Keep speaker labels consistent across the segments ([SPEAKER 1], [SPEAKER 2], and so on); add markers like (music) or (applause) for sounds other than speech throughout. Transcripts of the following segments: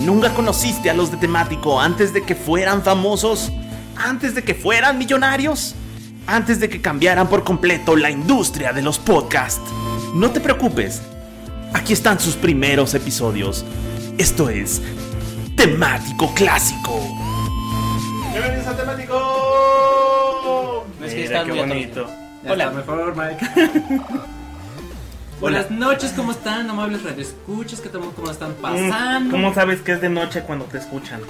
[SPEAKER 1] ¿Nunca conociste a los de temático antes de que fueran famosos? ¿Antes de que fueran millonarios? ¿Antes de que cambiaran por completo la industria de los podcasts? No te preocupes, aquí están sus primeros episodios. Esto es temático clásico.
[SPEAKER 2] Bienvenidos a temático.
[SPEAKER 3] Es que está
[SPEAKER 1] qué
[SPEAKER 3] muy
[SPEAKER 1] bonito.
[SPEAKER 3] Eh, Ya Hola. está
[SPEAKER 2] mejor Mike.
[SPEAKER 3] Buenas noches, ¿cómo están? Amables radioescuchas, ¿qué tal? ¿Cómo están pasando?
[SPEAKER 1] ¿Cómo sabes que es de noche cuando te escuchan?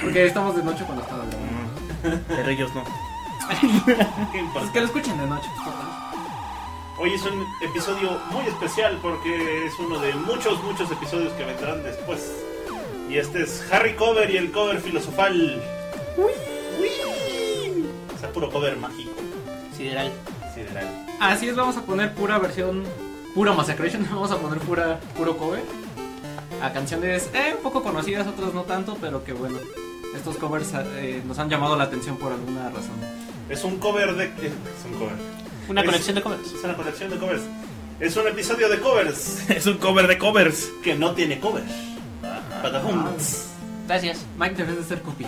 [SPEAKER 3] Porque estamos de noche cuando estamos de noche.
[SPEAKER 1] Pero ellos no. ¿Qué
[SPEAKER 3] Pues
[SPEAKER 1] importa?
[SPEAKER 3] que lo escuchen de noche. por favor.
[SPEAKER 2] Hoy es un episodio muy especial porque es uno de muchos, muchos episodios que vendrán después. Y este es Harry Cover y el cover filosofal. Uy. O sea, puro cover mágico.
[SPEAKER 3] Sideral.
[SPEAKER 2] Sideral.
[SPEAKER 3] Así es, vamos a poner pura versión, pura Massacration, (laughs) vamos a poner pura, puro cover. A canciones eh, un poco conocidas, otras no tanto, pero que bueno. Estos covers eh, nos han llamado la atención por alguna razón.
[SPEAKER 2] Es un cover de. Es un cover.
[SPEAKER 4] Una
[SPEAKER 2] Es-
[SPEAKER 4] colección de covers.
[SPEAKER 2] Es una colección de covers. Es un episodio de covers
[SPEAKER 1] Es un cover de covers.
[SPEAKER 2] que no tiene cover. Patafum.
[SPEAKER 4] Gracias.
[SPEAKER 3] Mike, debes de ser copy.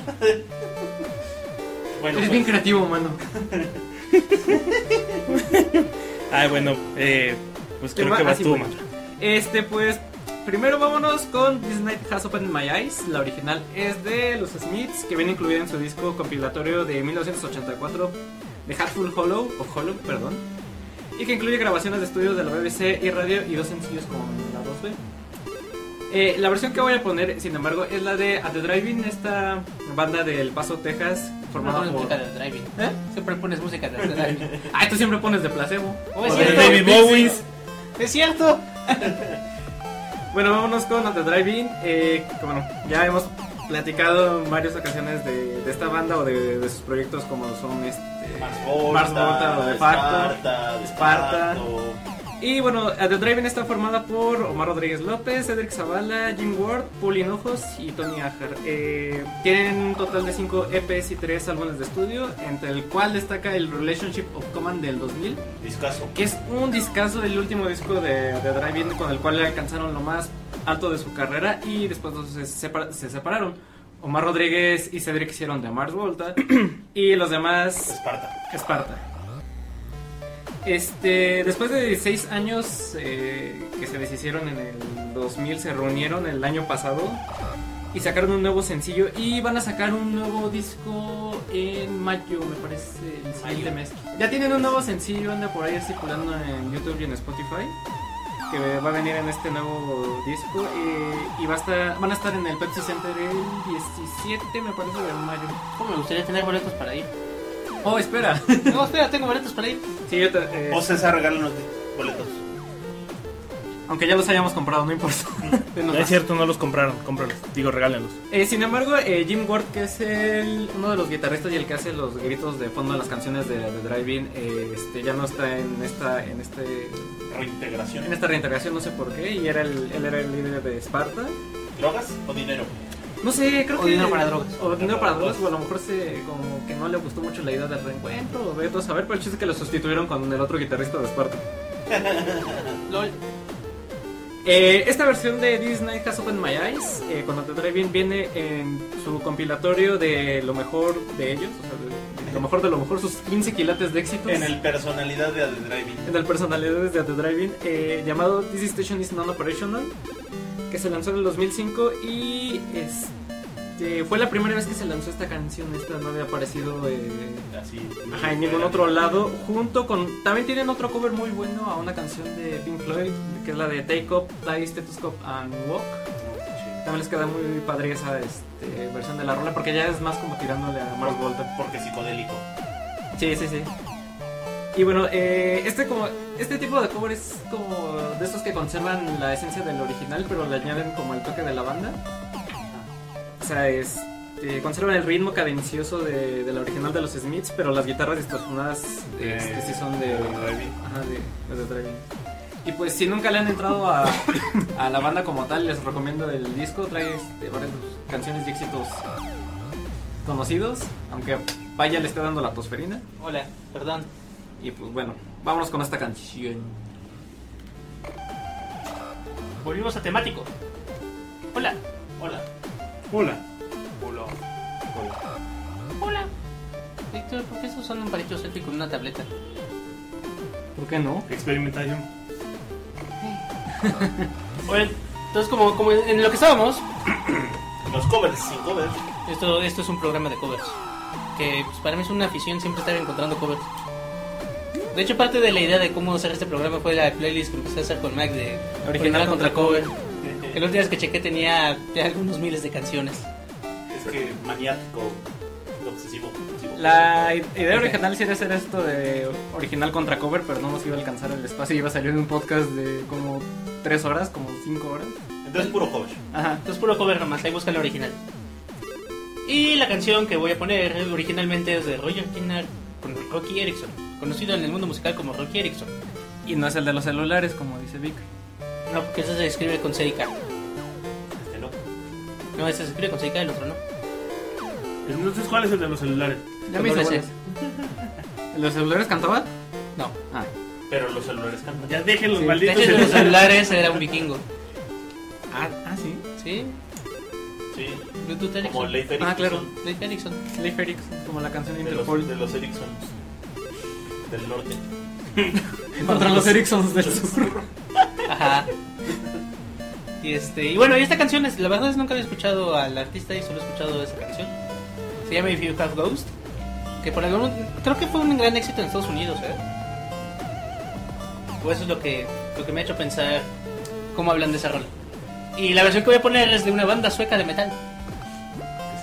[SPEAKER 2] Bueno,
[SPEAKER 3] Eres
[SPEAKER 2] pues,
[SPEAKER 3] bien creativo, mano.
[SPEAKER 1] Ay, bueno, eh, pues
[SPEAKER 3] Te
[SPEAKER 1] creo
[SPEAKER 3] va-
[SPEAKER 5] ah,
[SPEAKER 1] que vas
[SPEAKER 3] así
[SPEAKER 1] tú,
[SPEAKER 3] voy.
[SPEAKER 1] man.
[SPEAKER 3] Este, pues, primero vámonos con This Night Has Opened My Eyes. La original es de los Smiths, que viene incluida en su disco compilatorio de 1984, The Hatful Hollow, o Hollow, perdón. Y que incluye grabaciones de estudio de la BBC y radio y dos sencillos con la 2B. Eh, la versión que voy a poner, sin embargo, es la de At the Driving, esta banda del Paso, Texas,
[SPEAKER 4] No
[SPEAKER 3] formada
[SPEAKER 4] pones
[SPEAKER 3] por.
[SPEAKER 4] música de driving.
[SPEAKER 3] ¿Eh?
[SPEAKER 4] Siempre pones música
[SPEAKER 3] (laughs)
[SPEAKER 4] de driving.
[SPEAKER 3] Ah, tú siempre pones de placebo.
[SPEAKER 4] Oh,
[SPEAKER 3] O
[SPEAKER 4] es
[SPEAKER 3] de
[SPEAKER 4] cierto.
[SPEAKER 3] David Bowie.
[SPEAKER 4] Es cierto.
[SPEAKER 3] Bueno, vámonos con At The Drive-In. eh, que bueno, ya hemos platicado en varias ocasiones de, de esta banda o de, de sus proyectos como son este.
[SPEAKER 2] Mars Volta,
[SPEAKER 3] Mars Volta, lo de Factor.
[SPEAKER 2] Esparta,
[SPEAKER 3] Esparta.
[SPEAKER 2] Desparto.
[SPEAKER 3] Y bueno, At The Drive-In está formada por Omar Rodríguez López, Cedric Zavala, Jim Ward, Paul Hinojos y Tony Ajar. Eh, tienen un total de 5 EPs y 3 álbumes de estudio, entre el cual destaca el Relationship of Command del 2000.
[SPEAKER 2] Discaso.
[SPEAKER 3] que es un discazo del último disco de, de Drive In con el cual alcanzaron lo más alto de su carrera y después los se, separa- se separaron. Omar Rodríguez y Cedric hicieron de Mars Volta y los demás
[SPEAKER 2] Esparta.
[SPEAKER 3] Esparta. Este, después de 16 años eh, que se deshicieron en el 2000, se reunieron el año pasado y sacaron un nuevo sencillo y van a sacar un nuevo disco en mayo, me parece, el siguiente mes. Ya tienen un nuevo sencillo, anda por ahí circulando en YouTube y en Spotify, que va a venir en este nuevo disco eh, y va a estar, van a estar en el Pepsi Center el 17, me parece, de mayo.
[SPEAKER 4] ¿Cómo me gustaría tener boletos para
[SPEAKER 3] (laughs)
[SPEAKER 4] ir?
[SPEAKER 3] Oh, espera.
[SPEAKER 4] No, espera, tengo boletos para ir.
[SPEAKER 3] sí, yo te- eh,
[SPEAKER 2] O César, regálanos boletos.
[SPEAKER 3] Aunque ya los hayamos comprado, no importa. (laughs) De
[SPEAKER 1] No
[SPEAKER 3] nos
[SPEAKER 1] es
[SPEAKER 3] va.
[SPEAKER 1] cierto, no los compraron. Cómpralos. Digo, regálenlos.
[SPEAKER 3] Eh, sin embargo, eh, Jim Ward, que es el, uno de los guitarristas y el que hace los gritos de fondo de las canciones de, de Drive-In, eh, este, ya no está en esta, en este,
[SPEAKER 2] Reintegración.
[SPEAKER 3] en esta reintegración, no sé por qué, y era el, él era el líder de Sparta.
[SPEAKER 2] ¿Drogas o dinero?
[SPEAKER 3] No sé, creo
[SPEAKER 4] O
[SPEAKER 3] que...
[SPEAKER 4] dinero para drogas.
[SPEAKER 3] O dinero para drogas, o a lo mejor se, como que no le gustó mucho la idea del reencuentro, o de todo saber, pero el chiste es que lo sustituyeron con el otro guitarrista de Sparta.
[SPEAKER 4] LOL.
[SPEAKER 3] Eh, esta versión de Disney Has Opened My Eyes, eh, cuando te trae bien, viene en su compilatorio de lo mejor de ellos, o sea, de, de lo mejor de lo mejor, sus 15 quilates de éxitos.
[SPEAKER 2] En el personalidad de The Driving.
[SPEAKER 3] en el personalidades de The Driving, eh, llamado This Station is Non-Operational, que se lanzó en el 2005 y este, fue la primera vez que se lanzó esta canción, esta no había aparecido eh,
[SPEAKER 2] Así.
[SPEAKER 3] Ajá, en ningún otro lado. Junto con. También tienen otro cover muy bueno a una canción de Pink Floyd, que es la de Take Up, Die, Stethoscope and Walk. También les queda muy padre esa este, versión de la rola, porque ya es más como tirándole a Mars Volta.
[SPEAKER 2] Porque psicodélico.
[SPEAKER 3] Sí, sí, sí. Y bueno, eh, este, como, este tipo de cover es como de estos que conservan la esencia del original, pero le añaden como el toque de la banda. O sea, es, eh, conservan el ritmo cadencioso de, de la original de los Smiths, pero las guitarras distorsionadas eh, este, sí son de... Ajá, de, de Driving. Y pues si nunca le han entrado a, a la banda como tal, les recomiendo el disco. Trae este, varias canciones y éxitos conocidos, aunque vaya le esté dando la tosferina.
[SPEAKER 4] Hola, perdón.
[SPEAKER 3] Y pues bueno, vámonos con esta canción.
[SPEAKER 4] Volvimos a temático. Hola.
[SPEAKER 2] Hola.
[SPEAKER 5] Hola.
[SPEAKER 4] Hola. Hola. Víctor, ¿por qué estás usando un palito selfie con una tableta?
[SPEAKER 3] ¿Por qué no?
[SPEAKER 5] Experimentación.
[SPEAKER 4] Bueno, entonces como, como en lo que estábamos,
[SPEAKER 5] Los covers, sin covers.
[SPEAKER 4] esto, esto es un programa de covers. Que pues, para mí es una afición siempre estar encontrando covers. De hecho, parte de la idea de cómo hacer este programa fue la playlist que empecé a hacer con Mac de
[SPEAKER 3] Original contra cover.
[SPEAKER 4] Que los días que chequé tenía ya algunos miles de canciones.
[SPEAKER 5] Es que maniático, obsesivo. compulsivo.
[SPEAKER 3] La idea original sí era hacer esto de original contra cover, pero no nos iba a alcanzar el espacio. Iba a salir un podcast de como 3 horas, como 5 horas.
[SPEAKER 5] Entonces puro cover.
[SPEAKER 3] Ajá.
[SPEAKER 4] Entonces puro cover nomás, ahí busca la original. Y la canción que voy a poner originalmente es de Roger Kinnar con Rocky Erickson, conocido en el mundo musical como Rocky Erickson.
[SPEAKER 3] Y no es el de los celulares, como dice Vic.
[SPEAKER 4] No, porque ese se escribe con CK.
[SPEAKER 5] Este no.
[SPEAKER 4] No, ese se escribe con CK, el otro no.
[SPEAKER 5] Entonces, ¿cuál es el de los celulares?
[SPEAKER 3] Ya
[SPEAKER 4] Con
[SPEAKER 3] me hice
[SPEAKER 4] doble C.
[SPEAKER 3] bolas. ¿El de los celulares cantaba?
[SPEAKER 4] No,
[SPEAKER 3] Ah.
[SPEAKER 5] Pero los celulares cantan.
[SPEAKER 6] Ya dejen los
[SPEAKER 3] Sí,
[SPEAKER 6] malditos
[SPEAKER 4] de hecho, de los
[SPEAKER 6] celulares.
[SPEAKER 4] celulares era un vikingo.
[SPEAKER 3] Ah, ah, sí.
[SPEAKER 4] ¿Sí?
[SPEAKER 5] Sí.
[SPEAKER 4] Bluetooth
[SPEAKER 5] Como
[SPEAKER 4] Erickson.
[SPEAKER 5] Leif Erikson.
[SPEAKER 3] Ah, claro.
[SPEAKER 4] Leif Erickson.
[SPEAKER 3] Leif Erikson, como la canción de
[SPEAKER 5] De los,
[SPEAKER 3] Interpol.
[SPEAKER 5] de los Ericsson. Del norte.
[SPEAKER 3] Contra los Eriksons del sur.
[SPEAKER 4] Ajá. Y este, y bueno, y esta canción es, la verdad es nunca había escuchado al artista y solo he escuchado esa canción. Se llama If You Have Ghost, que por algún creo que fue un gran éxito en Estados Unidos, ¿eh? Pues eso es lo que lo que me ha hecho pensar cómo hablan de esa rola. Y la versión que voy a poner es de una banda sueca de metal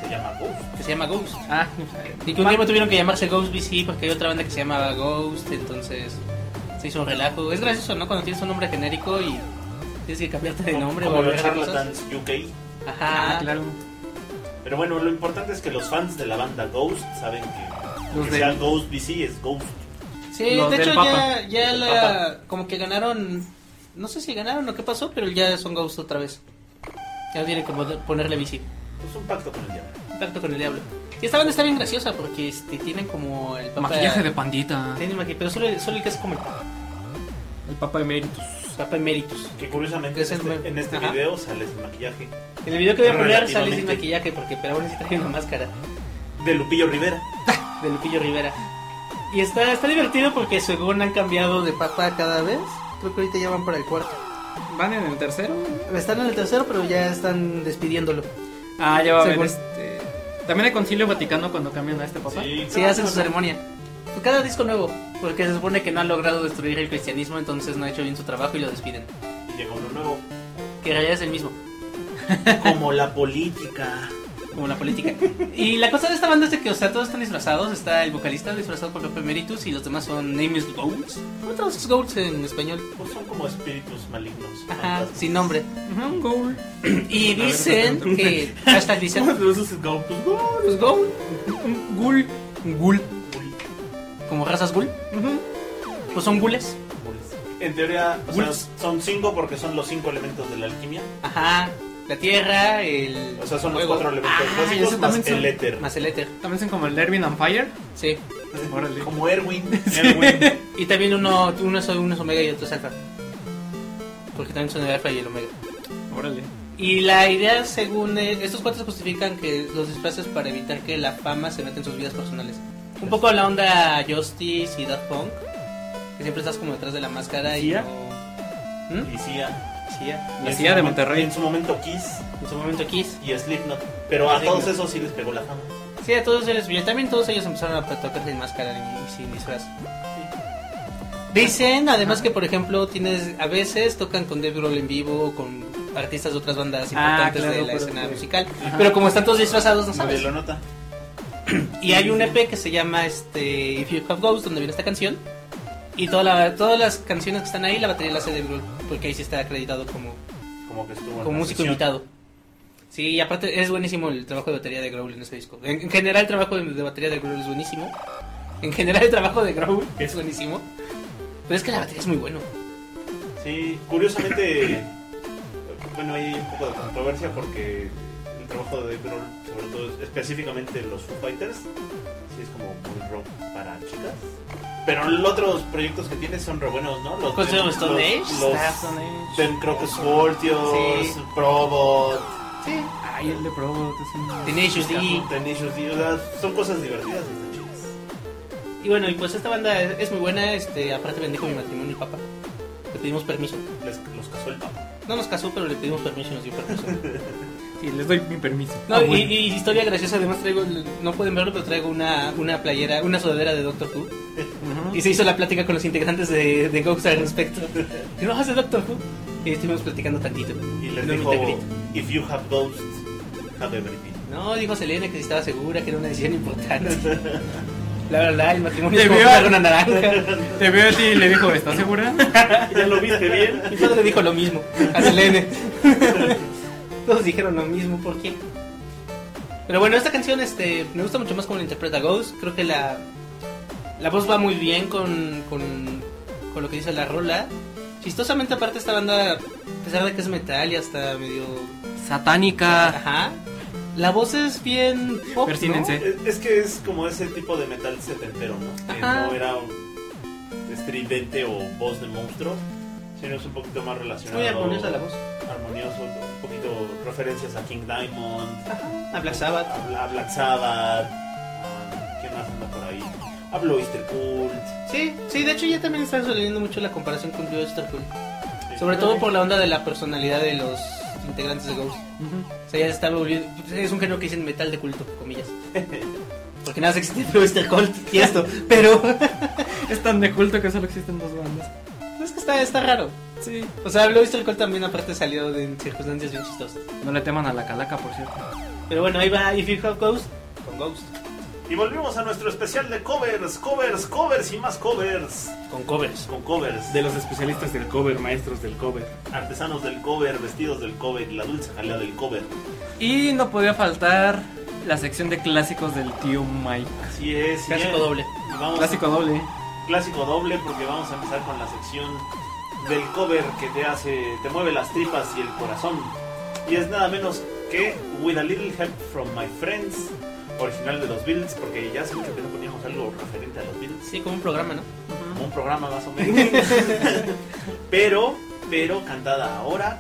[SPEAKER 5] Que se llama Goof.
[SPEAKER 4] que se llama Ghost.
[SPEAKER 3] Ah,
[SPEAKER 4] Y que un tiempo tuvieron que llamarse Ghost BC porque hay otra banda que se llamaba Ghost, entonces se hizo un relajo. Es gracioso, ¿no? Cuando tienes un nombre genérico y tienes que cambiarte de nombre o
[SPEAKER 5] Como los
[SPEAKER 4] agregar cosas.
[SPEAKER 5] Charlatans UK.
[SPEAKER 4] Ajá,
[SPEAKER 3] ah, claro.
[SPEAKER 5] Pero bueno, lo importante es que los fans de la banda Ghost saben que,
[SPEAKER 3] Los
[SPEAKER 5] que
[SPEAKER 3] de-
[SPEAKER 5] sea Ghost BC es Ghost.
[SPEAKER 4] Sí,
[SPEAKER 3] Los
[SPEAKER 4] de
[SPEAKER 3] del
[SPEAKER 4] hecho
[SPEAKER 3] Papa.
[SPEAKER 4] ya, ya
[SPEAKER 5] Del
[SPEAKER 4] la,
[SPEAKER 5] Papa.
[SPEAKER 4] como que ganaron, no sé si ganaron o qué pasó, pero ya son Ghost otra vez. Ya no tienen que poder- ponerle bici.
[SPEAKER 5] Es un pacto con el diablo.
[SPEAKER 4] Contacto con el diablo. Y esta banda está bien graciosa porque este, tienen como el papá...
[SPEAKER 3] Maquillaje de pandita.
[SPEAKER 4] Tienen maqui- pero solo, solo el que es como el papá,
[SPEAKER 3] El Papa Emeritus.
[SPEAKER 4] papá emeritus.
[SPEAKER 5] Que curiosamente
[SPEAKER 4] Es el
[SPEAKER 5] este-
[SPEAKER 4] meme.
[SPEAKER 5] en este
[SPEAKER 4] Ajá.
[SPEAKER 5] video sale sin maquillaje
[SPEAKER 4] En el video que voy a poner sale sin
[SPEAKER 5] Relativamente.
[SPEAKER 4] maquillaje porque pero aún así trae una máscara
[SPEAKER 5] de Lupillo Rivera.
[SPEAKER 4] de Lupillo Rivera. Y está, está divertido porque según han cambiado de papá cada vez, creo que ahorita ya van para el cuarto.
[SPEAKER 3] ¿Van en el tercero?
[SPEAKER 4] Están en el tercero pero ya están despidiéndolo.
[SPEAKER 3] Ah, ya va a haber
[SPEAKER 4] Según-
[SPEAKER 3] este. También hay concilio vaticano cuando cambian a este papá.
[SPEAKER 4] Sí, hacen su ceremonia. Pues Cada disco nuevo, porque se supone que no han logrado destruir el cristianismo, entonces no ha hecho bien su trabajo y lo despiden.
[SPEAKER 5] Y llega uno nuevo.
[SPEAKER 4] Que en realidad es el mismo,
[SPEAKER 5] Como la política.
[SPEAKER 4] como la política. Y la cosa de esta banda es de que, o sea, todos están disfrazados. Está el vocalista disfrazado por Pepe Meritus y los demás son Name is Goats. ¿Cómo traduces Goats en español?
[SPEAKER 5] Pues son como espíritus malignos.
[SPEAKER 4] Ajá,
[SPEAKER 5] fantasmas.
[SPEAKER 4] sin nombre.
[SPEAKER 3] Ajá, un goal.
[SPEAKER 4] Y
[SPEAKER 3] ver,
[SPEAKER 4] dicen
[SPEAKER 3] déjame
[SPEAKER 4] que... Hashtag dicen...
[SPEAKER 6] ¿Cómo se usa ese gol? Pues, gol.
[SPEAKER 4] Pues Goat.
[SPEAKER 3] Un ghoul.
[SPEAKER 4] Ghoul. Como razas ghoul. Pues son gules.
[SPEAKER 5] En teoría, o sea,
[SPEAKER 4] Ghouls.
[SPEAKER 5] son cinco porque son los cinco elementos de la alquimia.
[SPEAKER 4] Ajá. La tierra, el...
[SPEAKER 5] O sea, son los
[SPEAKER 4] fuego,
[SPEAKER 5] cuatro elementos
[SPEAKER 3] Ah, y
[SPEAKER 5] básicos
[SPEAKER 3] eso
[SPEAKER 5] más
[SPEAKER 3] también son-
[SPEAKER 4] (laughs)
[SPEAKER 5] el éter.
[SPEAKER 4] Más el éter.
[SPEAKER 3] También son como el Erwin and Fire.
[SPEAKER 4] Sí.
[SPEAKER 3] Órale.
[SPEAKER 5] Como Erwin. Erwin.
[SPEAKER 4] Y también uno, uno, es, uno es omega y otro es alfa. Porque también son el alfa y el omega.
[SPEAKER 3] Órale.
[SPEAKER 4] Y la idea, según él, estos cuatro justifican que los disfraces para evitar que la fama se meta en sus vidas personales. Un poco la onda Justice y Daft Punk, que siempre estás como detrás de la máscara y
[SPEAKER 3] ¿Sia?
[SPEAKER 4] no...
[SPEAKER 5] Y Sia.
[SPEAKER 4] Sia.
[SPEAKER 3] La
[SPEAKER 5] Y en
[SPEAKER 3] Sia
[SPEAKER 5] su
[SPEAKER 3] de
[SPEAKER 5] momen-
[SPEAKER 3] Monterrey.
[SPEAKER 5] En su momento Kiss
[SPEAKER 4] En su momento Kiss.
[SPEAKER 5] y Slipknot. Pero a
[SPEAKER 4] Slipknot.
[SPEAKER 5] todos esos sí les pegó la fama.
[SPEAKER 4] Sí, a todos ellos. Y también todos ellos empezaron a tocar sin máscara y sin disfraz. Dicen, además que por ejemplo, tienes a veces tocan con Dave Grohl en vivo o con artistas de otras bandas
[SPEAKER 3] Ah,
[SPEAKER 4] importantes
[SPEAKER 3] claro,
[SPEAKER 4] de la
[SPEAKER 3] pero
[SPEAKER 4] escena
[SPEAKER 3] sí.
[SPEAKER 4] musical.
[SPEAKER 3] Ajá.
[SPEAKER 4] Pero como están todos disfrazados, no
[SPEAKER 5] Nadie
[SPEAKER 4] sabes.
[SPEAKER 5] lo nota.
[SPEAKER 4] Y hay un EP que se llama este, If You Have Ghosts, donde viene esta canción. Y toda la- todas las canciones que están ahí, la batería la hace Dave Grohl, porque ahí sí está acreditado como,
[SPEAKER 5] Como que estuvo. en
[SPEAKER 4] como
[SPEAKER 5] la
[SPEAKER 4] músico
[SPEAKER 5] sesión.
[SPEAKER 4] invitado. Sí, y aparte es buenísimo el trabajo de batería de Grohl en ese disco. En, en general el trabajo de, de batería de Grohl es buenísimo. En general el trabajo de Grohl es buenísimo. Pero es que la batería es muy bueno.
[SPEAKER 5] Sí, curiosamente, (coughs) bueno, hay un poco de controversia porque el trabajo de Dave Grohl, sobre todo específicamente los Foo Fighters, sí es como muy rock para chicas. Pero los otros proyectos que tiene son re buenos, ¿no? Los
[SPEAKER 4] Pues,
[SPEAKER 5] Dem-
[SPEAKER 4] Stone
[SPEAKER 5] los-
[SPEAKER 4] Age,
[SPEAKER 5] los
[SPEAKER 4] está Stone Age.
[SPEAKER 5] Dem Crocus Voltios,
[SPEAKER 4] Sí.
[SPEAKER 5] Probot,
[SPEAKER 4] Sí.
[SPEAKER 3] Ay, el de Provo, es un-
[SPEAKER 4] Tenacious D.
[SPEAKER 2] Tenacious D, o sea, son cosas divertidas y están chidas.
[SPEAKER 4] Y bueno, y pues esta banda es, es muy buena. Este, aparte bendijo mi matrimonio el papá. Le pedimos permiso.
[SPEAKER 2] Les- los casó el papá.
[SPEAKER 4] No nos casó, pero le pedimos permiso y nos dio permiso.
[SPEAKER 3] (laughs) Sí, les doy mi permiso.
[SPEAKER 4] No,
[SPEAKER 3] Ah,
[SPEAKER 4] y,
[SPEAKER 3] bueno.
[SPEAKER 4] y historia graciosa, además traigo, no pueden verlo, pero traigo una, una playera, una sudadera de Doctor Who.
[SPEAKER 3] Ujú.
[SPEAKER 4] Y se hizo la plática con los integrantes de, de Ghost al respecto. (laughs) ¿Qué vas a hacer, Doctor Who? Y estuvimos platicando tantito.
[SPEAKER 2] Y les
[SPEAKER 4] No me
[SPEAKER 2] dijo,
[SPEAKER 4] integrito.
[SPEAKER 2] if you have ghosts, have (laughs) everything.
[SPEAKER 4] No, dijo Selena que estaba segura, que era una decisión importante. (laughs) La verdad, el matrimonio
[SPEAKER 3] Le
[SPEAKER 4] es como
[SPEAKER 3] vio-
[SPEAKER 4] jugar una naranja.
[SPEAKER 3] Te veo a ti y le dijo, ¿estás segura?
[SPEAKER 2] ¿Ya lo viste bien?
[SPEAKER 4] Mi padre dijo lo mismo a Selene. Todos dijeron lo mismo, ¿por qué? Pero bueno, esta canción este, me gusta mucho más como la interpreta Ghost. Creo que la, la voz va muy bien con, con, con lo que dice la rola. Chistosamente, aparte, esta banda, a pesar de que es metal y hasta medio.
[SPEAKER 3] Satánica.
[SPEAKER 4] Ajá. La voz es bien pop.
[SPEAKER 3] Persínense.
[SPEAKER 2] Es (laughs) es que es como ese tipo de metal setentero, ¿no? Que
[SPEAKER 4] Ajá.
[SPEAKER 2] no era un estridente o voz de monstruo, sino es un poquito más
[SPEAKER 4] ¿no? Es
[SPEAKER 2] relacionado.
[SPEAKER 4] muy armoniosa la voz.
[SPEAKER 2] Armonioso, un poquito referencias a King Diamond,
[SPEAKER 4] Ajá. A Black Sabbath.
[SPEAKER 2] a, Bla- a Black Sabbath, a- ¿qué más anda por ahí? Hablo Easter Cult.
[SPEAKER 4] Sí, sí, de hecho ya también está saliendo mucho la comparación con Blue Star Cool. Sobre todo por la onda de la personalidad de los integrantes de Ghost. O sea, ya se está volviendo. Es un género que dicen metal de culto, comillas. Porque nada más existe Brewster Colt y esto. Pero (laughs)
[SPEAKER 3] Es tan de culto que solo existen dos bandas.
[SPEAKER 4] es que está, está raro.
[SPEAKER 3] Sí.
[SPEAKER 4] O sea, Brewster Colt también, aparte, salió de en circunstancias bien chistosas.
[SPEAKER 3] No le teman a la calaca, por cierto.
[SPEAKER 4] Pero bueno, ahí va If You Have Ghost con Ghost.
[SPEAKER 2] Y volvimos a nuestro especial de covers, covers, covers y más covers.
[SPEAKER 4] Con covers.
[SPEAKER 2] Con covers.
[SPEAKER 5] De los especialistas del cover, maestros del cover.
[SPEAKER 2] Artesanos del cover, vestidos del cover, la dulce jalea del cover.
[SPEAKER 3] Y no podía faltar la sección de clásicos del tío Mike.
[SPEAKER 2] Así es. y
[SPEAKER 4] Clásico
[SPEAKER 2] ya-
[SPEAKER 4] doble.
[SPEAKER 2] Vamos
[SPEAKER 3] Clásico doble.
[SPEAKER 2] clásico doble porque vamos a empezar con la sección del cover que te hace, te mueve las tripas y el corazón. Y es nada menos que With a Little Help from My Friends, original de los Beatles, porque ya hace mucho que no poníamos algo referente a los Beatles,
[SPEAKER 4] Sí, como un programa, ¿no?
[SPEAKER 2] como un programa más o (laughs) menos. pero, pero cantada ahora,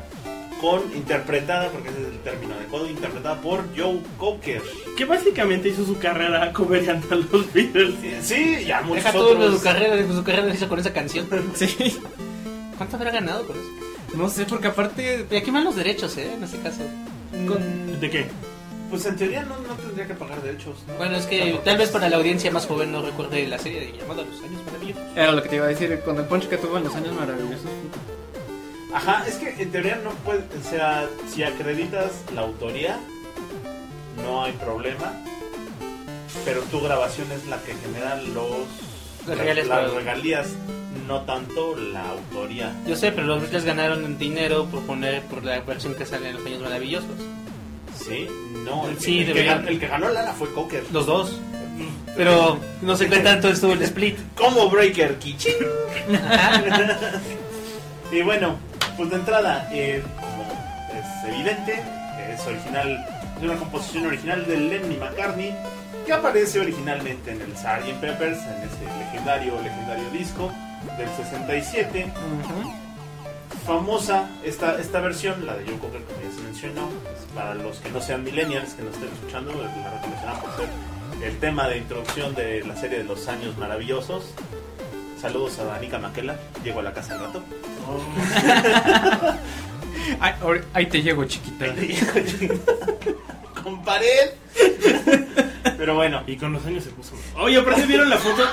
[SPEAKER 2] con interpretada, porque ese es el término adecuado, interpretada por Joe Cocker.
[SPEAKER 5] Que básicamente hizo su carrera (laughs) coverando a los Beatles.
[SPEAKER 2] Eh, Sí, ya muchos
[SPEAKER 4] Deja todo
[SPEAKER 2] otros-
[SPEAKER 4] lo de su carrera, de su carrera lo hizo con esa canción. Sí. ¿Cuánto habrá ganado con eso?
[SPEAKER 3] No sé, porque aparte.
[SPEAKER 4] Y aquí van los derechos, ¿eh? En este caso.
[SPEAKER 3] con-
[SPEAKER 5] ¿De qué?
[SPEAKER 2] Pues en teoría no, no tendría que pagar derechos. ¿no?
[SPEAKER 4] Bueno, es que tal vez para la audiencia más joven no recuerde la serie de llamada Los Años Maravillosos.
[SPEAKER 3] Era lo que te iba a decir, con el punch que tuvo en los años maravillosos.
[SPEAKER 2] Ajá, es que en teoría no puede, o sea, si acreditas la autoría, no hay problema, pero tu grabación es la que genera los
[SPEAKER 4] Las regalías,
[SPEAKER 2] las,
[SPEAKER 4] claro.
[SPEAKER 2] regalías, no tanto la autoría.
[SPEAKER 4] Yo sé, pero los Beatles ganaron dinero por poner por la versión que sale en Los Años Maravillosos.
[SPEAKER 2] Sí, no, el, que-
[SPEAKER 4] Sí,
[SPEAKER 2] el que,
[SPEAKER 4] debería-
[SPEAKER 2] gan- el que ganó Lala fue Cocker.
[SPEAKER 4] Los dos. Pero Mm. (laughs) no sé qué tanto estuvo el split.
[SPEAKER 2] Como Breaker Kitchen. y bueno, pues de entrada, eh, como es evidente, es original, es una composición original de Lenny McCartney que aparece originalmente en el Sgt. Peppers, en ese legendario, legendario disco del 67. Famosa esta, esta versión, la de Joe Cocker, como ya se mencionó, pues, para los que no sean millennials, que nos estén escuchando, la reconocerán por ser el tema de introducción de la serie de los años maravillosos. Saludos a Danica Maquela, llego a la casa al (laughs) rato.
[SPEAKER 3] Ay, ahor- ahí te llego, chiquita.
[SPEAKER 2] Con pared. Pero bueno,
[SPEAKER 5] Y con los años se puso. Oye, aparte vieron la (laughs) foto.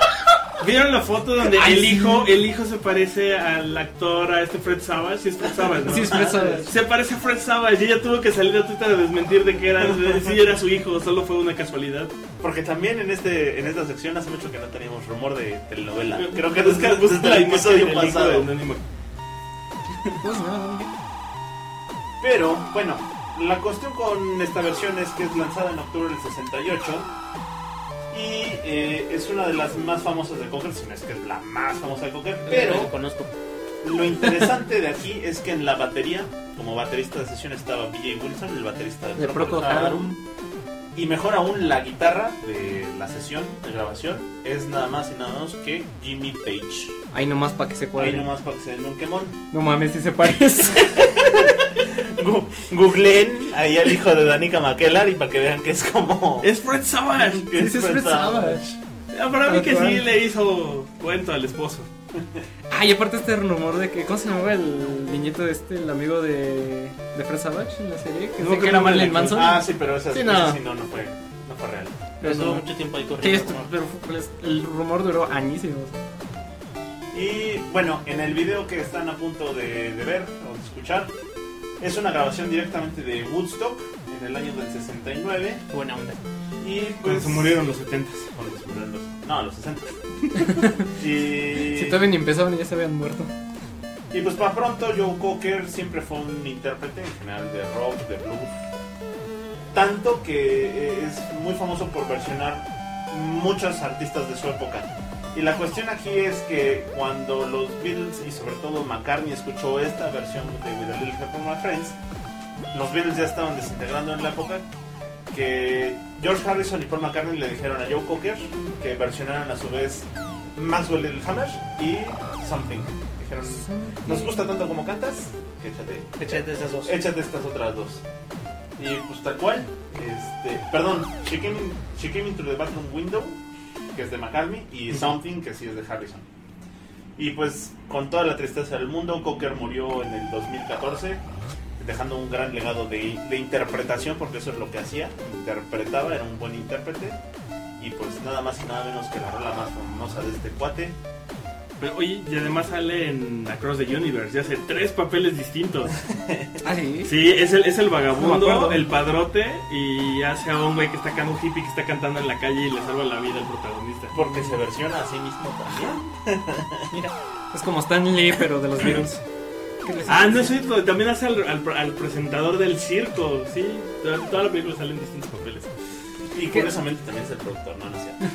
[SPEAKER 5] ¿Vieron la foto donde
[SPEAKER 3] Ay,
[SPEAKER 5] el
[SPEAKER 3] sí.
[SPEAKER 5] hijo, el hijo se parece al actor, a este Fred Savage? Sí, es Fred Savage, ¿no?
[SPEAKER 3] (laughs) Sí, es preso.
[SPEAKER 5] Se parece a Fred Savage y ella tuvo que salir a Twitter a desmentir de que era, sí era su hijo, solo fue una casualidad.
[SPEAKER 2] porque también en este en esta sección hace mucho que no teníamos rumor de telenovela. (laughs) Creo que desde, desde el episodio
[SPEAKER 5] del hijo de
[SPEAKER 2] pasado.
[SPEAKER 5] Anónimo.
[SPEAKER 3] Pues no,
[SPEAKER 2] Pero bueno, la cuestión con esta versión es que es lanzada en octubre del 68 y eh, es una de las más famosas de Cocker, si no es que es la más famosa de Cocker,
[SPEAKER 4] Lo
[SPEAKER 2] pero
[SPEAKER 4] conozco.
[SPEAKER 2] Lo interesante de aquí es que en la batería, como baterista de sesión estaba BJ Wilson, el baterista de,
[SPEAKER 3] de
[SPEAKER 2] Procol
[SPEAKER 3] Procol
[SPEAKER 2] Harum.
[SPEAKER 3] Harum.
[SPEAKER 2] Y mejor aún, la guitarra de la sesión de grabación es nada más y nada menos que Jimmy Page.
[SPEAKER 3] Ahí nomás para que se
[SPEAKER 2] Ahí
[SPEAKER 3] cuadre.
[SPEAKER 2] nomás para que se den un quemón.
[SPEAKER 4] (laughs)
[SPEAKER 3] No mames, si se parece.
[SPEAKER 2] Googleen Ahí el hijo de Danica Maquelar y para que vean que es como.
[SPEAKER 5] Es Fred Savage.
[SPEAKER 2] (laughs) que
[SPEAKER 3] sí, es eh. Fred Savage.
[SPEAKER 5] Ah, Para mí que sí
[SPEAKER 3] Actual.
[SPEAKER 5] le hizo cuento al esposo.
[SPEAKER 3] Ay, aparte este rumor de que. ¿Cómo se llamaba el niñito este, el amigo de. de Fred Savage en la serie? Que,
[SPEAKER 5] No,
[SPEAKER 3] sé que
[SPEAKER 5] que
[SPEAKER 3] era
[SPEAKER 5] no,
[SPEAKER 3] Marilyn
[SPEAKER 5] no, no.
[SPEAKER 3] Manson.
[SPEAKER 2] Ah, sí, pero esa
[SPEAKER 3] Sí,
[SPEAKER 2] sí,
[SPEAKER 3] no.
[SPEAKER 2] sí, no, no fue, no fue real.
[SPEAKER 4] Pero Ah, estuvo
[SPEAKER 3] no.
[SPEAKER 4] mucho tiempo ahí
[SPEAKER 3] Sí,
[SPEAKER 4] corriendo.
[SPEAKER 3] esto-
[SPEAKER 4] ¿no?
[SPEAKER 3] pero fue- pues, el rumor duró añísimos.
[SPEAKER 2] Y bueno, en el video que están a punto de, de ver o de escuchar, es una grabación directamente de Woodstock en el año del 69.
[SPEAKER 4] Qué Buena onda.
[SPEAKER 2] Y
[SPEAKER 5] Cuando
[SPEAKER 2] pues.
[SPEAKER 5] se murieron los 70s.
[SPEAKER 2] Cuando se murieron los- No, los
[SPEAKER 3] (laughs)
[SPEAKER 2] 60. y,
[SPEAKER 3] Si todavía ni empezaban y ya se habían muerto.
[SPEAKER 2] y pues para pronto, Joe Cocker siempre fue un intérprete en general de rock, de blues. Tanto que eh, es muy famoso por versionar muchos artistas de su época. Y la cuestión aquí es que cuando los Beatles y sobre todo McCartney escuchó esta versión de With a Little Help from My Friends, los Beatles ya estaban desintegrando en la época que George Harrison y Paul McCartney le dijeron a Joe Cocker que versionaran a su vez Maxwell Little Hammer y Something. Dijeron, nos gusta tanto como cantas, échate,
[SPEAKER 4] Échate esas dos.
[SPEAKER 2] échate estas otras dos. Y pues tal cual, este, perdón, She Came, In- She Came Into the Bathroom Window, que es de McCartney, y Something, que sí es de Harrison. Y pues con toda la tristeza del mundo, Cocker murió en el 2014, dejando un gran legado de, de interpretación, porque eso es lo que hacía, interpretaba, era un buen intérprete. Y pues nada más y nada menos que la rola más famosa de este cuate.
[SPEAKER 5] Pero, oye, y además sale en Across the Universe. Ya hace tres papeles distintos.
[SPEAKER 3] Ah, sí.
[SPEAKER 5] Sí, es el, es el
[SPEAKER 3] No me acuerdo.
[SPEAKER 5] vagabundo, el padrote. Y hace a un güey que está cantando un hippie que está cantando en la calle y le salva la vida al protagonista.
[SPEAKER 2] Porque se versiona a sí mismo también.
[SPEAKER 3] Es como Stan Lee, pero de los virus.
[SPEAKER 5] Ah, no es cierto. También hace al, al- al presentador del circo. Sí, toda, toda la película sale en distintos papeles.
[SPEAKER 2] Y curiosamente también es el productor, no, no es